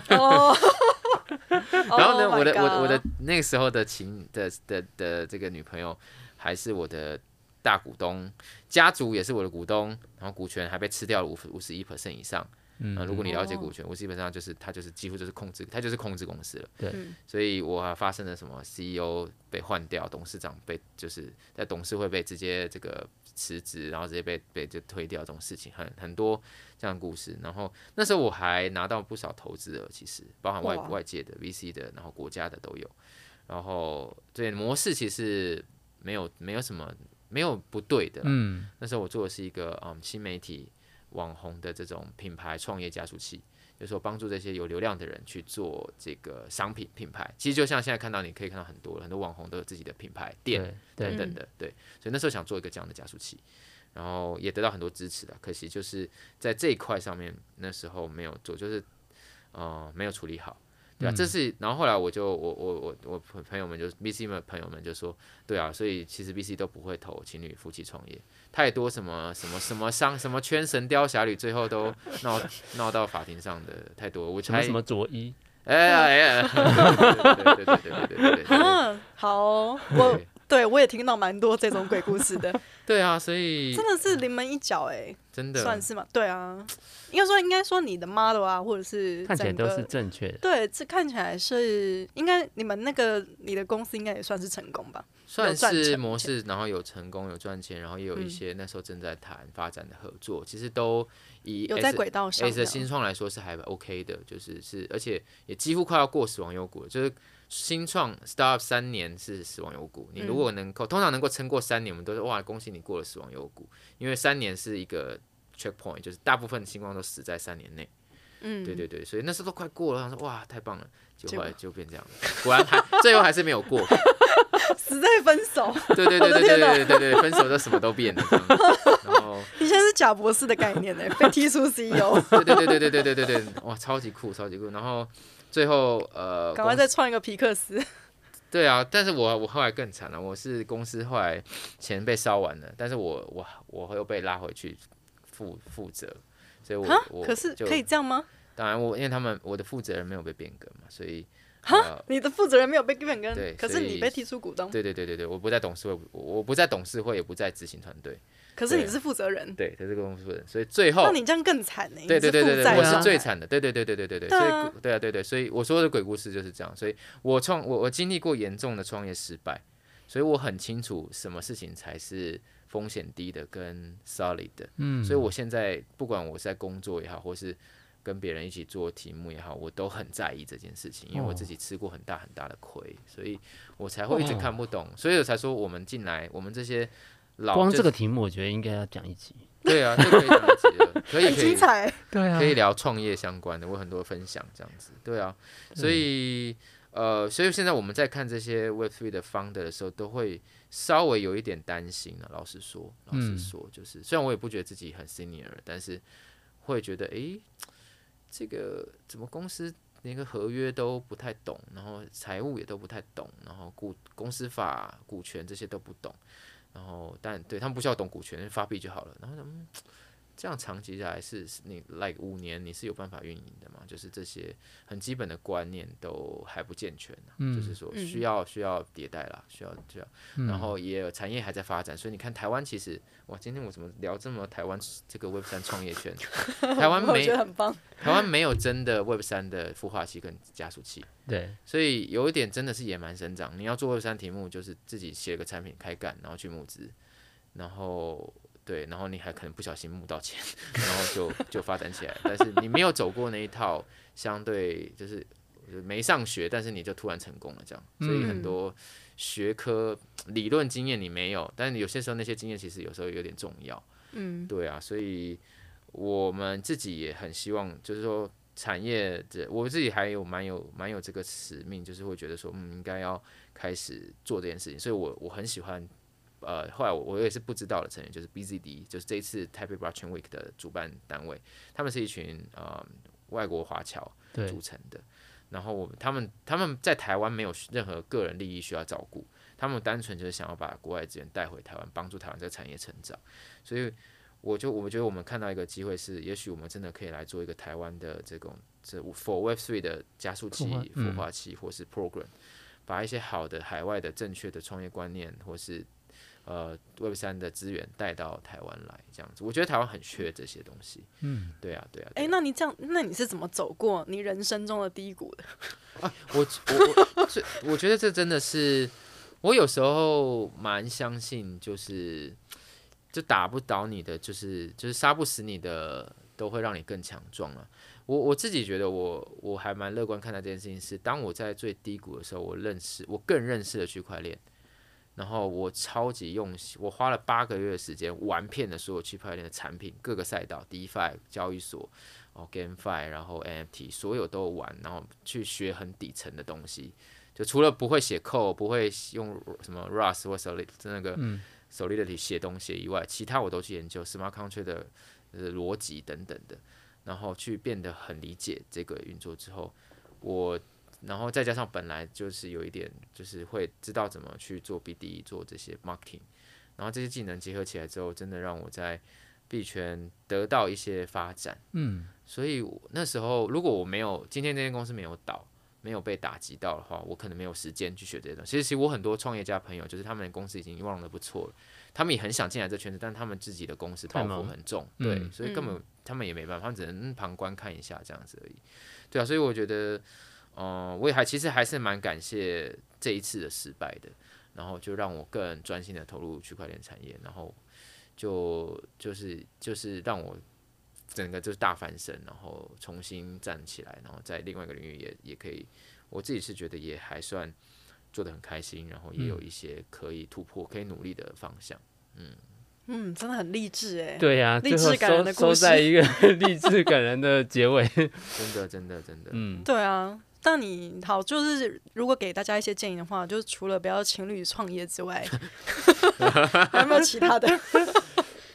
Speaker 1: 哦，
Speaker 2: [LAUGHS]
Speaker 1: [LAUGHS]
Speaker 2: 然后呢
Speaker 1: Oh my
Speaker 2: 我的我
Speaker 1: God
Speaker 2: 我的那个时候的情的的的这个女朋友还是我的大股东，家族也是我的股东，然后股权还被吃掉了五五十一 percent 以上。嗯、如果你了解
Speaker 1: 哦
Speaker 2: 股权，我基本上就是他就是几乎就是控制，他就是控制公司了。
Speaker 3: 对
Speaker 1: 嗯
Speaker 2: 所以我还发生了什么 CEO 被换掉，董事长被就是在董事会被直接这个辞职，然后直接被被就推掉这种事情，很很多这样的故事。然后那时候我还拿到不少投资额，其实包含外
Speaker 1: 哇
Speaker 2: 外界的 VC 的，然后国家的都有。然后对模式其实没有没有什么没有不对的啦，
Speaker 3: 嗯
Speaker 2: 那时候我做的是一个嗯新媒体网红的这种品牌创业加速器，就是说帮助这些有流量的人去做这个商品品牌。其实就像现在看到，你可以看到很多很多网红都有自己的品牌店嗯
Speaker 3: 对
Speaker 2: 等
Speaker 3: 对
Speaker 2: 等的，对。所以那时候想做一个这样的加速器，然后也得到很多支持的。可惜就是在这一块上面，那时候没有做，就是呃没有处理好。对啊，这是然后后来我就我我我我朋友们就 VC 们朋友们就说，对啊，所以其实 VC 都不会投情侣夫妻创业，太多什么什么什么商什么圈神雕侠侣，最后都闹闹到法庭上的太多，我
Speaker 3: 什么
Speaker 2: 才
Speaker 3: 什么佐伊，
Speaker 2: 哎呀哎呀，对对对对对对对对对
Speaker 1: 嗯，好哦，我
Speaker 2: [LAUGHS] 对
Speaker 1: 对我也听到蛮多这种鬼故事的，
Speaker 2: 对啊，所以
Speaker 1: 真的是临门一脚哎，
Speaker 2: 真的
Speaker 1: 算是嘛？对啊，应该说应该说你的 model 啊，或者是
Speaker 3: 看起来
Speaker 1: 整个
Speaker 3: 都是正确的。
Speaker 1: 对，这看起来是应该你们那个你的公司应该也算是成功吧？
Speaker 2: 算
Speaker 1: 赚
Speaker 2: 是
Speaker 1: 成
Speaker 2: 模式，然后有成功有赚钱，然后也有一
Speaker 1: 嗯
Speaker 2: 些那时候正在谈发展的合作，其实都以
Speaker 1: 有在
Speaker 2: S-
Speaker 1: 轨道上
Speaker 2: S
Speaker 1: 这
Speaker 2: 的
Speaker 1: 样。
Speaker 2: 新创来说是还 OK 的，就是是，而且也几乎快要过死亡幽谷了。就是新创 startup 三年是死亡幽谷，你
Speaker 1: 嗯
Speaker 2: 如果能够、通常能够撑过三年，我们都是哇，恭喜你过了死亡幽谷，因为三年是一个 checkpoint，就是大部分新创都死在三年内。
Speaker 1: 嗯，
Speaker 2: 对对对，所以那时候都快过了，我想说哇，太棒了，结
Speaker 1: 结
Speaker 2: 果后
Speaker 1: 果
Speaker 2: 来就变这样了，果然还最后还是没有过。
Speaker 1: 死在分
Speaker 2: [LAUGHS]
Speaker 1: 手，
Speaker 2: 对对对
Speaker 1: 我的
Speaker 2: 对对
Speaker 1: 天哪
Speaker 2: 对对对，分手就什么都变了。这样然后
Speaker 1: 你现在是贾博士的概念呢、欸被踢出
Speaker 2: [LAUGHS]
Speaker 1: E CEO，
Speaker 2: 对对对对对对对对对，哇，超级酷，超级酷。然后最后呃，
Speaker 1: 赶快
Speaker 2: 公
Speaker 1: 再创一个皮克斯。
Speaker 2: 对啊，但是我我后来更惨了，我是公司后来钱被烧完了，但是我我我又被拉回去负负责，所以我
Speaker 1: 哈，
Speaker 2: 我
Speaker 1: 可是
Speaker 2: 就
Speaker 1: 可以这样吗？
Speaker 2: 当然我因为他们我的负责人没有被变更嘛，所以呃，
Speaker 1: 你的负责人没有被变
Speaker 2: 对
Speaker 1: 更，可是
Speaker 2: 所以
Speaker 1: 你被踢出股东，
Speaker 2: 对对对对对，我不在董事会，我我不在董事会，也不在执行团队，
Speaker 1: 可是你
Speaker 2: 对
Speaker 1: 是负责人，
Speaker 2: 对，在这个公司负责人，所以最后
Speaker 1: 那你这样更惨欸呢、你
Speaker 2: 对对对对
Speaker 1: 是负啊
Speaker 2: 对，
Speaker 1: 债
Speaker 2: 我
Speaker 1: 的
Speaker 2: 是
Speaker 1: 状
Speaker 2: 最
Speaker 1: 态
Speaker 2: 惨的，对对对对对对对，
Speaker 1: 对
Speaker 2: 所以
Speaker 1: 啊
Speaker 2: 鬼对啊对对，所以我说的鬼故事就是这样，所以我创我我经历过严重的创业失败，所以我很清楚什么事情才是风险低的跟 solid 的，嗯，所以我现在不管我是在工作也好，或是跟别人一起做题目也好，我都很在意这件事情，因为我
Speaker 1: 哦
Speaker 2: 自己吃过很大很大的亏，所以我才会一直看不懂，所以我才说我们进来，我们这些老
Speaker 3: 光
Speaker 2: 就
Speaker 1: 哦
Speaker 3: 这个题目，我觉得应该要讲一集。
Speaker 2: 对啊，这可以讲解了，可
Speaker 1: [LAUGHS]
Speaker 2: 以
Speaker 1: 很
Speaker 2: 可
Speaker 1: 精
Speaker 2: 以
Speaker 1: 彩。
Speaker 3: 对啊
Speaker 2: 可以聊创业相关的，我有很多分享这样子，对啊，
Speaker 3: 嗯
Speaker 2: 所以、呃，所以现在我们在看这些 Web Three 的 founder 的时候，都会稍微有一点担心啊。老实说，老实
Speaker 3: 嗯
Speaker 2: 说，就是、虽然我也不觉得自己很 senior，但是会觉得诶，这个怎么公司连个合约都不太懂，然后财务也都不太懂，然后股公司法、股权这些都不懂，然后但对他们不需要懂股权，发币就好了。然后他们这样长期下来是是你 like 五年你是有办法运营的嘛？就是这些很基本的观念都还不健全、啊就是说
Speaker 1: 嗯
Speaker 2: 需要需要迭代啦，需要需要，然后也有产业还在发展，所以你看台湾其实哇，今天我怎么聊这么台湾这个 Web 三创业
Speaker 1: [LAUGHS]
Speaker 2: 圈？台湾
Speaker 1: 我
Speaker 2: 没
Speaker 1: 觉得很棒，
Speaker 2: 台湾没有真的 Web 三的孵化器跟加速器，
Speaker 3: 对，
Speaker 2: 所以有一点真的是野蛮生长。你要做 Web 三题目，就是自己写个产品开干，然后去募资，然后对，然后你还可能不小心募到钱， [LAUGHS] 然后就就发展起来。但是你没有走过那一套，相对就是就是没上学，但是你就突然成功了这样。所以很多学科理论经验你没有，但是有些时候那些经验其实有时候有点重要。
Speaker 1: 嗯，
Speaker 2: 对啊，所以我们自己也很希望，就是说产业这，我自己还有蛮有蛮有这个使命，就是会觉得说，嗯，应该要开始做这件事情。所以我我很喜欢，呃，后来我我也是不知道的成员，就是 BZD，就是这一次 Taipei Blockchain Week 的主办单位，他们是一群呃外国华侨
Speaker 3: 对
Speaker 2: 组成的。然后我们他们他们在台湾没有任何个人利益需要照顾，他们单纯就是想要把国外资源带回台湾，帮助台湾这个产业成长。所以我就我觉得我们看到一个机会是，也许我们真的可以来做一个台湾的这种这 for Web Three 的加速器
Speaker 3: 孵化、嗯
Speaker 2: 孵化器或是 program，把一些好的海外的正确的创业观念或是呃 Web 三的资源带到台湾来，这样子。我觉得台湾很缺这些东西。
Speaker 3: 嗯，
Speaker 2: 对啊，对啊。对
Speaker 1: 哎，
Speaker 2: 啊
Speaker 1: 那你这样，那你是怎么走过你人生中的低谷的？ [LAUGHS]
Speaker 2: 我我我是我觉得这真的是，我有时候蛮相信，就是就打不倒你的，就是就是杀不死你的，都会让你更强壮了、我我自己觉得我我还蛮乐观看待这件事情是，当我在最低谷的时候，我认识我更认识了区块链，然后我超级用心，我花了八个月的时间玩遍了所有区块链的产品，各个赛道，DeFi 交易所，哦 GameFi，然后 NFT 所有都玩，然后去学很底层的东西，就除了不会写 code，不会用什么 Rust 或 Solid 那个 Solidity 写东西以外，其他我都去研究 Smart Contract 的呃逻辑等等的，然后去变得很理解这个运作之后，我。然后再加上本来就是有一点，就是会知道怎么去做 BD，做这些 marketing，然后这些技能结合起来之后，真的让我在币圈得到一些发展。
Speaker 3: 嗯，
Speaker 2: 所以我那时候如果我没有今天这间公司没有倒，没有被打击到的话，我可能没有时间去学这些东西。其实，其实我很多创业家朋友，就是他们的公司已经旺的不错了，他们也很想进来这圈子，但他们自己的公司包
Speaker 3: 太
Speaker 2: 袱
Speaker 3: 忙
Speaker 2: 很重，
Speaker 3: 嗯
Speaker 2: 对，所以根本他们也没办法，他们只能嗯旁观看一下这样子而已。对啊，所以我觉得，嗯、我也还其实还是蛮感谢这一次的失败的，然后就让我更专心的投入区块链产业，然后就就是就是让我整个就是大翻身，然后重新站起来，然后在另外一个领域也也可以，我自己是觉得也还算做的很开心，然后也
Speaker 3: 嗯
Speaker 2: 有一些可以突破、可以努力的方向。
Speaker 1: 嗯，真的很励志哎。
Speaker 3: 对呀、
Speaker 1: 励
Speaker 3: 最后
Speaker 1: 志感人
Speaker 3: 收
Speaker 1: 的故
Speaker 3: 收在
Speaker 1: 事
Speaker 3: 一个 [LAUGHS] 励志感人的结尾， [LAUGHS]
Speaker 2: 真的，真的，真的，
Speaker 3: 嗯，
Speaker 1: 对啊，但你好，就是如果给大家一些建议的话，就是除了不要情侣创业
Speaker 2: [LAUGHS]
Speaker 1: 之外，还有没有其他的？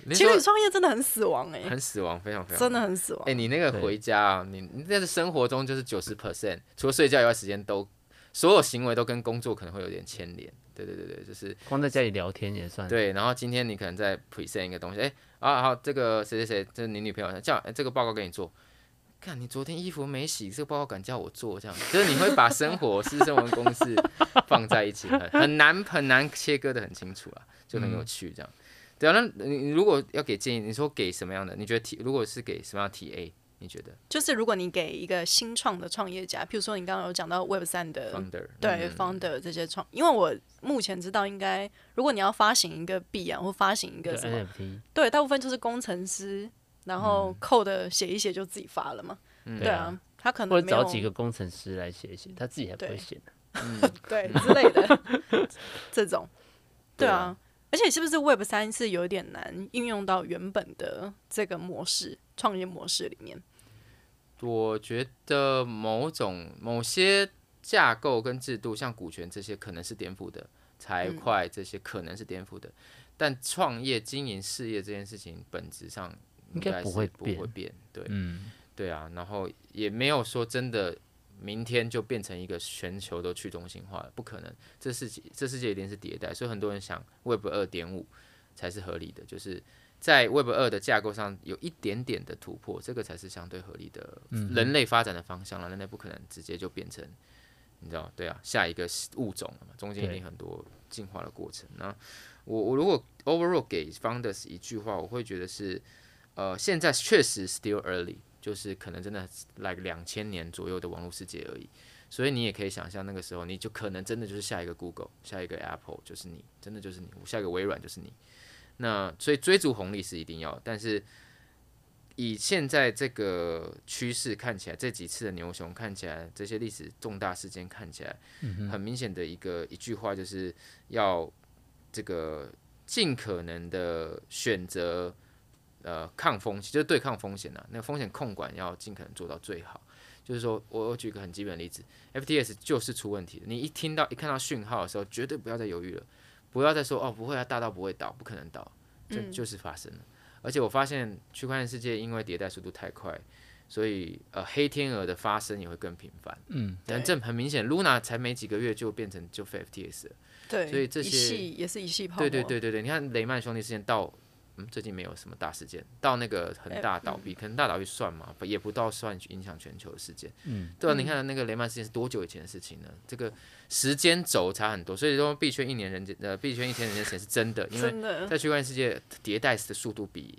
Speaker 2: 你
Speaker 1: 情
Speaker 2: 说
Speaker 1: 侣创业真的很死亡 [LAUGHS] 哎、
Speaker 2: 很死亡，非常非常
Speaker 1: 真的。很死亡
Speaker 2: 哎、。你那个
Speaker 3: 对
Speaker 2: 回家啊，你你在生活中就是九十 percent，除了睡觉以外，时间都所有行为都跟工作可能会有点牵连。对对对对，就是
Speaker 3: 光在家里聊天
Speaker 1: 嗯
Speaker 3: 也算，
Speaker 2: 对，然后今天你可能在 present 一个东西，哎、啊好，这个谁谁谁，这是你女朋友，叫、哎这个报告给你做。看你昨天衣服没洗，这个报告敢叫我做，这样就是你会把生活、私生活跟公
Speaker 1: [LAUGHS]
Speaker 2: 事放在一起，很很难很难切割的很清楚啊，就
Speaker 1: 嗯
Speaker 2: 很有趣这样。对啊，那你你如果要给建议，你说给什么样的？你觉得 T 如果是给什么样的 TA？你觉得
Speaker 1: 就是如果你给一个新创的创业家，譬如说你刚刚有讲到 Web 三的
Speaker 2: founder
Speaker 1: 呃对啊
Speaker 2: 嗯
Speaker 1: founder 这些创，因为我目前知道应该，如果你要发行一个币啊，或发行一
Speaker 3: 就
Speaker 1: 个什么，
Speaker 3: NFT，
Speaker 1: 对，大部分就是工程师，然后 code 写一写就自己发了嘛。
Speaker 2: 嗯
Speaker 1: 对啊，他可
Speaker 3: 或
Speaker 1: 能
Speaker 3: 者
Speaker 1: 没有
Speaker 3: 找
Speaker 1: 嗯
Speaker 3: 几个工程师来写一写，他自己还不会
Speaker 1: 对
Speaker 3: 写呢，
Speaker 2: 嗯
Speaker 1: 对之类的这种。
Speaker 2: 对
Speaker 1: 对啊
Speaker 2: 啊，
Speaker 1: 而且是不是 Web 三是有点难应用到原本的这个模式创业模式里面？
Speaker 2: 我觉得某种某些架构跟制度，像股权这些可能是颠覆的，财会这些可能是颠覆的，但创业经营事业这件事情本质上
Speaker 3: 应该
Speaker 2: 是
Speaker 3: 不
Speaker 2: 不
Speaker 3: 会变
Speaker 2: 会变，对，
Speaker 3: 嗯，
Speaker 2: 对啊，然后也没有说真的明天就变成一个全球都去中心化了，不可能。这世界这世界一定是迭代，所以很多人想 Web 二点五才是合理的，就是在 Web 二的架构上有一点点的突破，这个才是相对合理的人类发展的方向了。人类不可能直接就变成。你知道，对啊，下一个物种了嘛，中间一
Speaker 3: 对
Speaker 2: 定很多进化的过程。那我我如果 overall 给 founders 一句话，我会觉得是，呃，现在确实 still early，就是可能真的 like 两千年左右的网络世界而已。所以你也可以想象，那个时候你就可能真的就是下一个 Google，下一个 Apple 就是你，真的就是你，下一个微软就是你。那所以追逐红利是一定要的，但是以现在这个趋势看起来，这几次的牛熊看起来，这些历史重大事件看起来，很明显的一个一句话就是要这个尽可能的选择呃抗风险，就是对抗风险呐、啊那个风险控管要尽可能做到最好。就是说我我举个很基本的例子，FTS 就是出问题的。你一听到一看到讯号的时候，绝对不要再犹豫了，不要再说哦不会啊，大到不会倒，不可能倒，就
Speaker 1: 嗯
Speaker 2: 就是发生了。而且我发现区块链世界因为迭代速度太快，所以呃黑天鹅的发生也会更频繁。
Speaker 3: 嗯，
Speaker 2: 但这很明显，Luna 才没几个月就变成就非 FTS 了。
Speaker 1: 对，
Speaker 2: 所以这些
Speaker 1: 一系也是一系泡沫。
Speaker 2: 对对对对对，你看雷曼兄弟事件到，嗯，最近没有什么大事件，到那个恒大倒闭，可能大倒闭算嘛，不也不到算影响全球的事件。
Speaker 3: 嗯，
Speaker 2: 对啊，你看那个雷曼事件是多久以前的事情呢？这个时间轴差很多，所以说币圈一年人间呃币圈一天人间钱是真的，因为
Speaker 1: 真的
Speaker 2: 在区块链世界迭代的速度比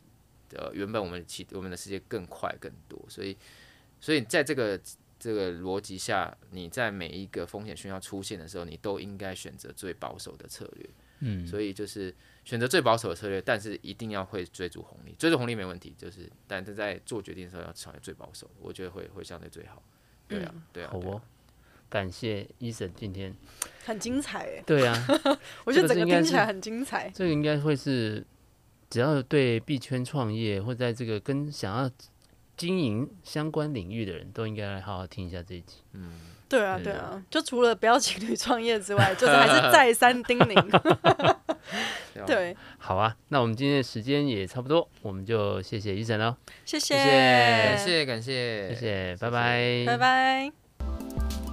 Speaker 2: 呃原本我们其我们的世界更快更多，所以所以在这个这个逻辑下，你在每一个风险讯号出现的时候，你都应该选择最保守的策略。
Speaker 3: 嗯
Speaker 2: 所以就是选择最保守的策略，但是一定要会追逐红利，追逐红利没问题，就是但是在做决定的时候要朝最保守的，我觉得会会相对最好。对啊，对啊，
Speaker 3: 好
Speaker 2: 对啊
Speaker 3: 哦，感谢 Eason 今天。
Speaker 1: 很精彩哎，
Speaker 3: 对啊， [LAUGHS]
Speaker 1: 我觉得
Speaker 3: 这个
Speaker 1: 整
Speaker 3: 是
Speaker 1: 个
Speaker 3: 应该
Speaker 1: 听起
Speaker 3: 是
Speaker 1: 来很精彩。
Speaker 3: 这个应该会是，只要对币圈创业或在这个跟想要经营相关领域的人都应该来好好听一下这一集。
Speaker 1: 对啊
Speaker 3: 嗯
Speaker 1: 对啊，就除了不要情侣创业之外，就是还是再三叮咛。
Speaker 2: 对啊
Speaker 1: 对，
Speaker 3: 好啊，那我们今天的时间也差不多，我们就谢谢 Eason 喽，
Speaker 1: 谢
Speaker 3: 谢
Speaker 2: 感
Speaker 1: 谢，
Speaker 2: 谢感谢
Speaker 3: 谢谢，拜
Speaker 2: 谢
Speaker 3: 拜，
Speaker 1: 拜。拜。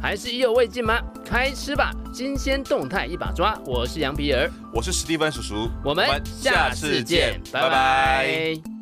Speaker 3: 还是意犹未尽吗？开吃吧，新鲜动态一把抓。我是羊皮儿，
Speaker 4: 我是史蒂芬叔叔，
Speaker 3: 我们下次见，拜拜